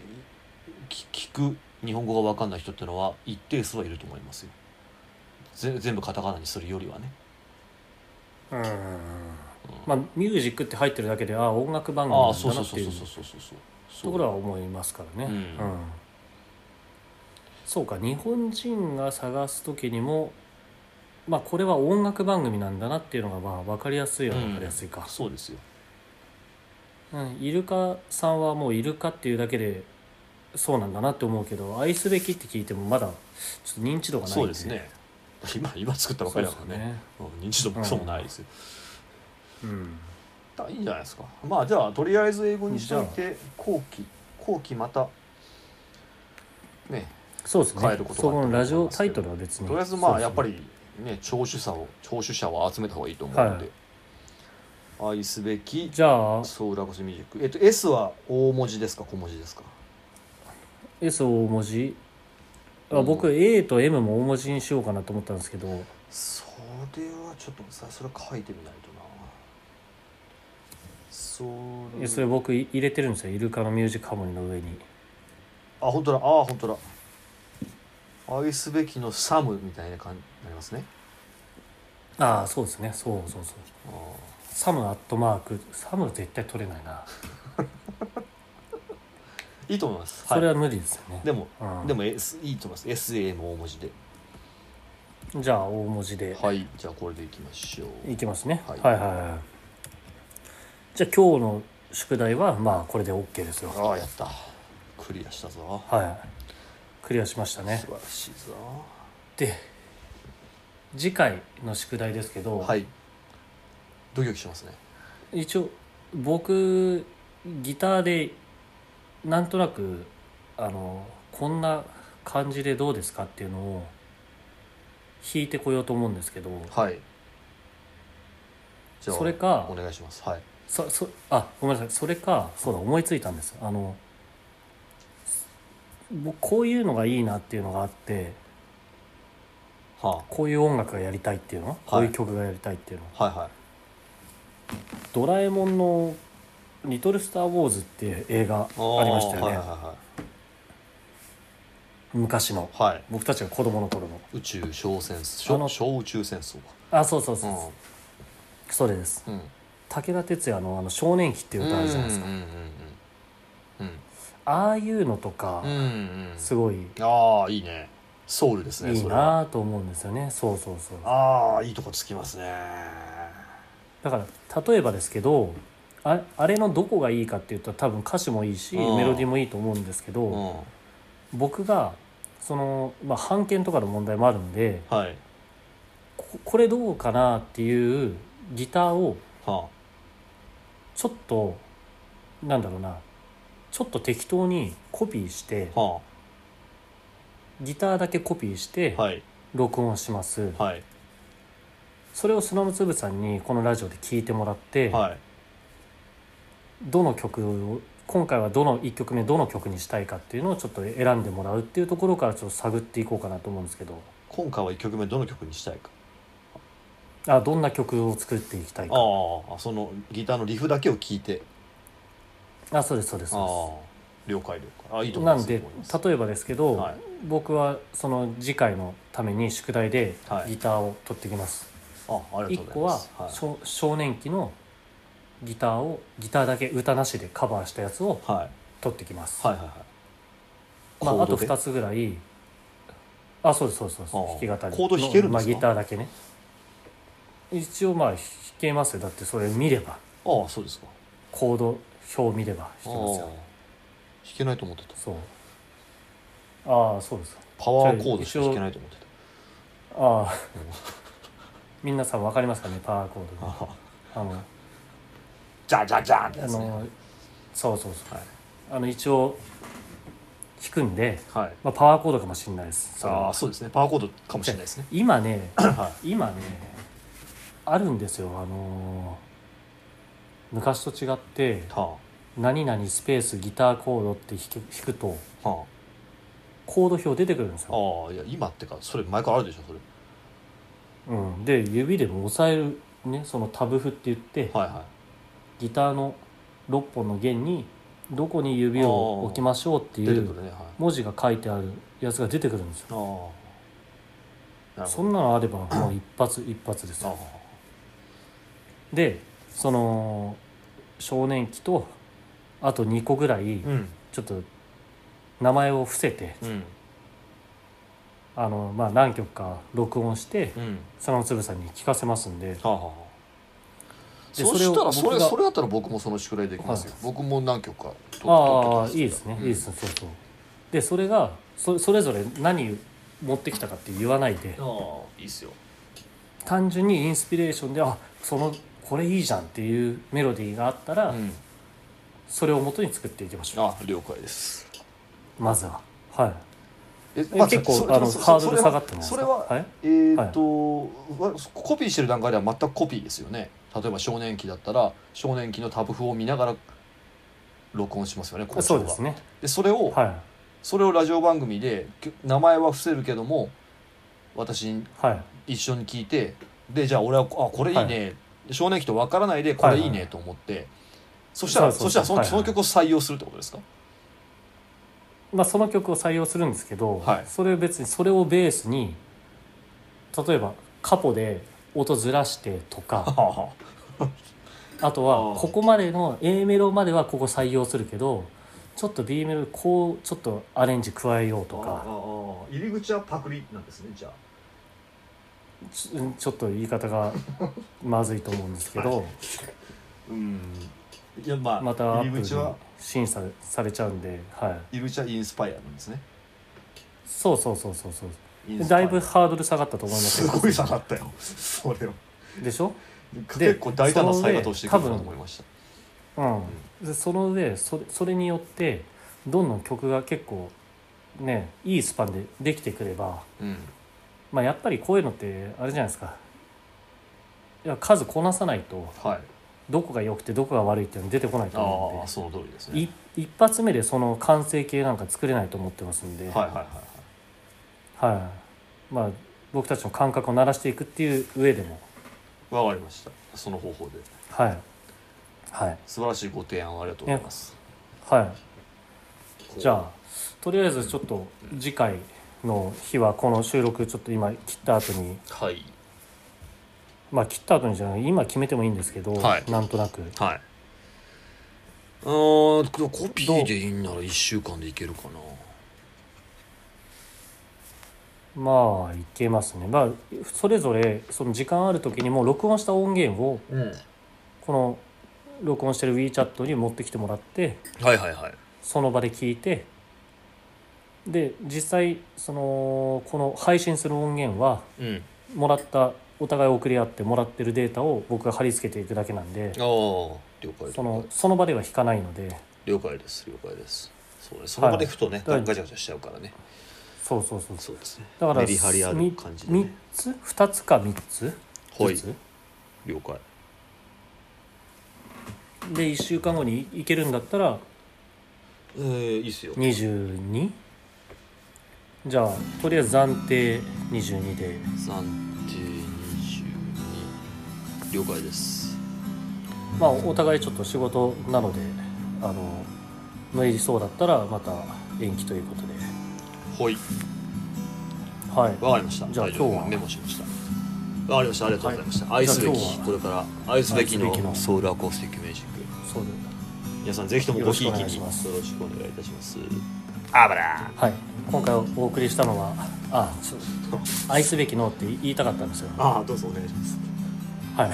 B: き聞く日本語が分かんない人ってのは一定数はいると思いますよぜ全部カタカナにするよりはね
A: うんまあミュージックって入ってるだけでああ音楽番組
B: あ
A: な
B: あ
A: ん
B: そう
A: だな
B: そう
A: っ
B: そ
A: て
B: う
A: い
B: そううそうそうそうそ
A: と
B: う
A: ころは思いますからね、
B: うん
A: そうか日本人が探す時にもまあこれは音楽番組なんだなっていうのがまあ分かりやすいは分かりやすいか、
B: そうですよ
A: うんイルカさんはもうイルカっていうだけでそうなんだなって思うけど愛すべきって聞いてもまだちょっと認知度がないん
B: そうですね今今作ったばかりだからねうん認知度もクソもないですよ、
A: そうですよねうん
B: だからいいんじゃないですかまあじゃあとりあえず英語にしておいて後期後期またね
A: そうですね
B: 変えること
A: そ
B: があ
A: こ
B: ったと思いますけど
A: のラジオタイトルは別に
B: とりあえずま
A: そう
B: あ
A: ですね
B: やっぱりね聴取者を聴取者を集めた方がいいと思うので、愛すべき
A: じゃあ
B: ソウルアコースティックミュージックえっと S は大文字ですか小文字ですか
A: S を大文字
B: う
A: あ
B: ん
A: 僕 A と M も大文字にしようかなと思ったんですけど
B: それはちょっとさそれ書いてみないとなソウ
A: い
B: ル
A: やそれ僕い入れてるんですよイルカのミュージックハーモニーの上に
B: あ本当だああ本当だ愛すべきのサムみたいな感じになりますね
A: ああそうですねそうそうそう
B: あ
A: サムアットマークサム絶対取れないな、
B: ーいいと思います、
A: それ
B: は
A: は無理ですよね
B: い、でも、
A: うん
B: でも、S、いいと思います SAM 大文字で
A: じゃあ大文字で
B: はいじゃあこれでいきましょう
A: いきますね、
B: はい
A: はい、はいはいじゃあ今日の宿題はまあこれで OK ですよ
B: ああやったクリアしたぞ
A: はいクリアしましたね
B: 素晴らしいぞ
A: で次回の宿題ですけど、
B: はいドキドキしますね
A: 一応僕ギターでなんとなくあのこんな感じでどうですかっていうのを弾いてこようと思うんですけど
B: はいじゃあ
A: それか
B: お願いしますはい
A: そそあごめんなさいそれかそうだ思いついたんですあの僕こういうのがいいなっていうのがあって
B: は
A: こういう音楽がやりたいっていうの、こういう曲がやりたいっていうの
B: あ、はいはい
A: 「ドラえもんのリトル・スター・ウォーズ」っていう映画ありましたよね、
B: はいはいは
A: 昔の
B: い、はい、
A: 僕たちが子供の頃の
B: 宇宙小戦争
A: あの
B: 小小宇宙戦争か
A: あそうそうそうそう、
B: う
A: それです
B: んうん
A: 武田鉄矢のあの「少年期」っていう歌あるじゃないですか、
B: うんうん
A: ああいうのとか、
B: うんうんうんうん
A: すごいい
B: ああいいねソウルですね
A: い
B: それは
A: なと思うんですよねそうそうそう
B: ああいいとこつきますね
A: だから例えばですけどああれのどこがいいかっていうと多分歌詞もいいし
B: うん
A: メロディーもいいと思うんですけ
B: うん
A: ど僕がその、まあ、版権とかの問題もあるんで
B: はい
A: ここれどうかなっていうギターを
B: は
A: ちょっとなんだろうなちょっと適当にコピーして
B: あは
A: ギターだけコピーして
B: あはい
A: 録音します、
B: はい
A: それを砂の粒さんにこのラジオで聞いてもらって、
B: はい
A: どの曲を今回はどの1曲目どの曲にしたいかっていうのをちょっと選んでもらうっていうところからちょっと探っていこうかなと思うんですけど
B: 今回は1曲目どの曲にしたいか
A: あどんな曲を作っていきたいか
B: ああそのギターのリフだけを聞いて
A: あそうですそうです
B: ああ
A: そ
B: 了解了解あいうい
A: です
B: と思い
A: な
B: ま
A: ん
B: す
A: で
B: いいと思います
A: 例えばですけど、
B: はい
A: 僕はその次回のために宿題で
B: はい
A: ギターを取ってきます、
B: ああり
A: 一
B: がとう
A: 個
B: ございま
A: は
B: す、はい
A: 少少年期のギターをギターだけ歌なしでカバーしたやつを
B: はい、
A: 取ってきます、
B: はいはいはい
A: まあ、あと
B: コードで
A: 2つぐらいあそうですそうですそうです
B: ああ
A: 弾き語り
B: コード弾けるんですか
A: まあ、ギターだけね一応まあ弾けますよだってそれ見れば
B: ああそうですか
A: コード表を見れば
B: ああ
A: 弾けますよ
B: 弾けないと思ってた
A: そうああそうです
B: パワーコードしか弾けないと思ってた
A: ああ皆さん分かりますかねパワーコードで
B: ああ
A: あの
B: じゃんじゃんじゃんって
A: あ
B: やつね
A: のそうそうそう、
B: はい
A: あの一応弾くんで、
B: はい
A: まあ、パワーコードかもしれないですそれ
B: あ
A: は
B: あそうですねパワーコードかもしれないですね
A: 今
B: [COUGHS]
A: ね
B: は
A: 今ねあるんですよあのー昔と違って
B: いは
A: 「何々スペースギターコード」って弾く弾くと
B: あは
A: コード表出てくるんです
B: あ
A: よ、
B: ああいや今ってかそれ前からあるでしょそれ
A: うん、で指でも押さえるねそのタブ譜って言って
B: はいは
A: ギターの6本の弦にどこに指を置きましょうって
B: い
A: い
B: 出てくる
A: う
B: ねはい
A: 文字が書いてあるやつが出てくるんですよ
B: ああなる
A: そ
B: ほ
A: ん
B: ど
A: なのあればもう一発一発です
B: あ
A: よでその少年期とあと2個ぐらい
B: あうん
A: ちょっと名前を伏せて
B: うん
A: あの、まあ、何曲か録音して
B: うん
A: そのつぶさんに聞かせますんで
B: はあはあはあ
A: で
B: そしたら
A: そ
B: そ
A: れを僕
B: れ
A: が
B: それだったら僕もその宿題できますよ
A: はい
B: 僕も何曲か
A: ああ
B: と撮っときます
A: いいですね、
B: うん
A: いいですねそうそうでそれがそそれぞれ何持ってきたかって言わないで
B: ああいいっすよ
A: 単純にインスピレーションであそのこれいいじゃんっていうメロディーがあったら、
B: うん
A: それを元に作っていきましょ
B: あ了解です
A: うまずははい
B: え
A: え
B: まあ
A: 結構
B: それ
A: あの
B: それ
A: ハードル
B: それは
A: 下がってます
B: それは
A: はい、
B: えーっと、わコピーしてる段階では全くコピーですよね例えば少年期だったら少年期のタブ譜を見ながら録音しますよね校長
A: そ
B: は
A: うですね
B: でそれを、
A: は
B: それをラジオ番組でき名前は伏せるけども私に
A: いはい
B: 一緒に聞いてでじゃあ俺はあこれいいね、
A: は
B: 少年期と分からないでこれいい
A: はいは
B: ね
A: い
B: と思って、そしたら
A: そ
B: そう
A: そう
B: した
A: そう
B: らその,、
A: はいはい
B: その曲を採用するってことですか
A: まあ、その曲を採用するんですけど、
B: はい
A: それを別にそれをベースに例えばカポで音ずらしてとか
B: は
A: あと
B: あ
A: は
B: ー
A: ここまでの A メロまではここ採用するけどちょっと B メロこうちょっとアレンジ加えようとか
B: 入り口はパクリなんですねじゃあ
A: ちょちょっと言い方がまずいと思うんですけど
B: うんいやまあ
A: またア
B: 入
A: ップ
B: り
A: ル
B: 口
A: に
B: は
A: 審査されちゃうんで、はい、
B: 入り口はインスパイアなんですね
A: そうそうそうそうそう
B: イン
A: で
B: スパ
A: だ
B: イ
A: い
B: ア
A: ぶハードル下がったと思います
B: す
A: よ
B: ごい下がったよそれを
A: でしょ
B: 結構大胆な使い方をしてくるなと思いました
A: うん、でその上それそれによってどんどん曲が結構ねいいスパンでできてくれば、
B: うん
A: まあ、やっぱりこういうのってあれじゃないですかいや数こなさないと
B: はい
A: どこが良くてどこが悪いっていうの出てこないと思う
B: あ
A: ん
B: あ
A: で
B: その通りですね
A: い一発目でその完成形なんか作れないと思ってますんで、
B: はいはいはいはい
A: はいまあ、僕たちの感覚を鳴らしていくっていう上でも
B: わかりましたその方法で
A: はいはい
B: 素晴らしいご提案をありがとうございます
A: はい。
B: こう
A: じゃあとりあえずちょっと次回の日はこの収録ちょっと今切った後に
B: はい
A: まあ切った後にじゃない今決めてもいいんですけど、
B: はい
A: なんとなく
B: はいうーんコピーでいいんなら1週間でいけるかな
A: まあいけますねまあそれぞれその時間ある時にもう録音した音源を
B: うん
A: この録音してる WeChat に持ってきてもらって
B: はいはいはい
A: その場で聞いてで実際そのこの配信する音源は
B: うん
A: もらったお互い送り合ってもらってるデータを僕が貼り付けていくだけなんで
B: ああ了解
A: そのその場では弾かないので
B: 了解です了解ですそうねその場でふとね、
A: はい
B: ガチャガチャしちゃうからね
A: そうそうそうそう
B: そうですね
A: だから
B: メリハリある感じでね
A: 3つ2つか3つ
B: はい
A: ずつ
B: 了解
A: で1週間後に行けるんだったら
B: えー、いいっすよ
A: 22? じゃあとりあえず暫定22で
B: 暫定22了解です
A: まあお互いちょっと仕事なのであの無理そうだったらまた延期ということで
B: はい
A: はい
B: わかりました
A: じゃあ
B: 大丈夫
A: 今日は
B: メモしましたわかりましたありがとうございました、
A: はい
B: 愛すべ
A: じゃあ今
B: き
A: 日は
B: これから愛すべき
A: 愛すべき
B: の
A: の
B: ソウルアコースティックミュージック
A: そうで
B: 皆さんぜひとも
A: よ
B: ご
A: ろし
B: ひ
A: くお
B: いき
A: 願い
B: に
A: し
B: よ
A: ます
B: ろしくお願いいたしますあばら
A: はい今回お送りしたのはあちょ愛すべきのって言いたかったんですよ
B: ああどうぞお願いします
A: はい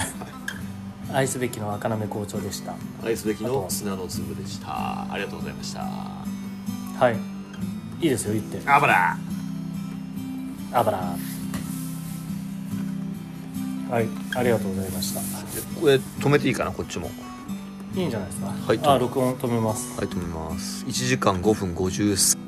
A: 愛すべきの赤なめ校長でした
B: 愛すべき
A: あと
B: の
A: は
B: 砂の粒でしたありがとうございました
A: はいいいですよ言って
B: あばら
A: あばらはいありがとうございました
B: これ止めていいかなこっちも
A: いいんじゃないですか。
B: はい
A: あ、録音止めます。
B: はい止めます1時間5分53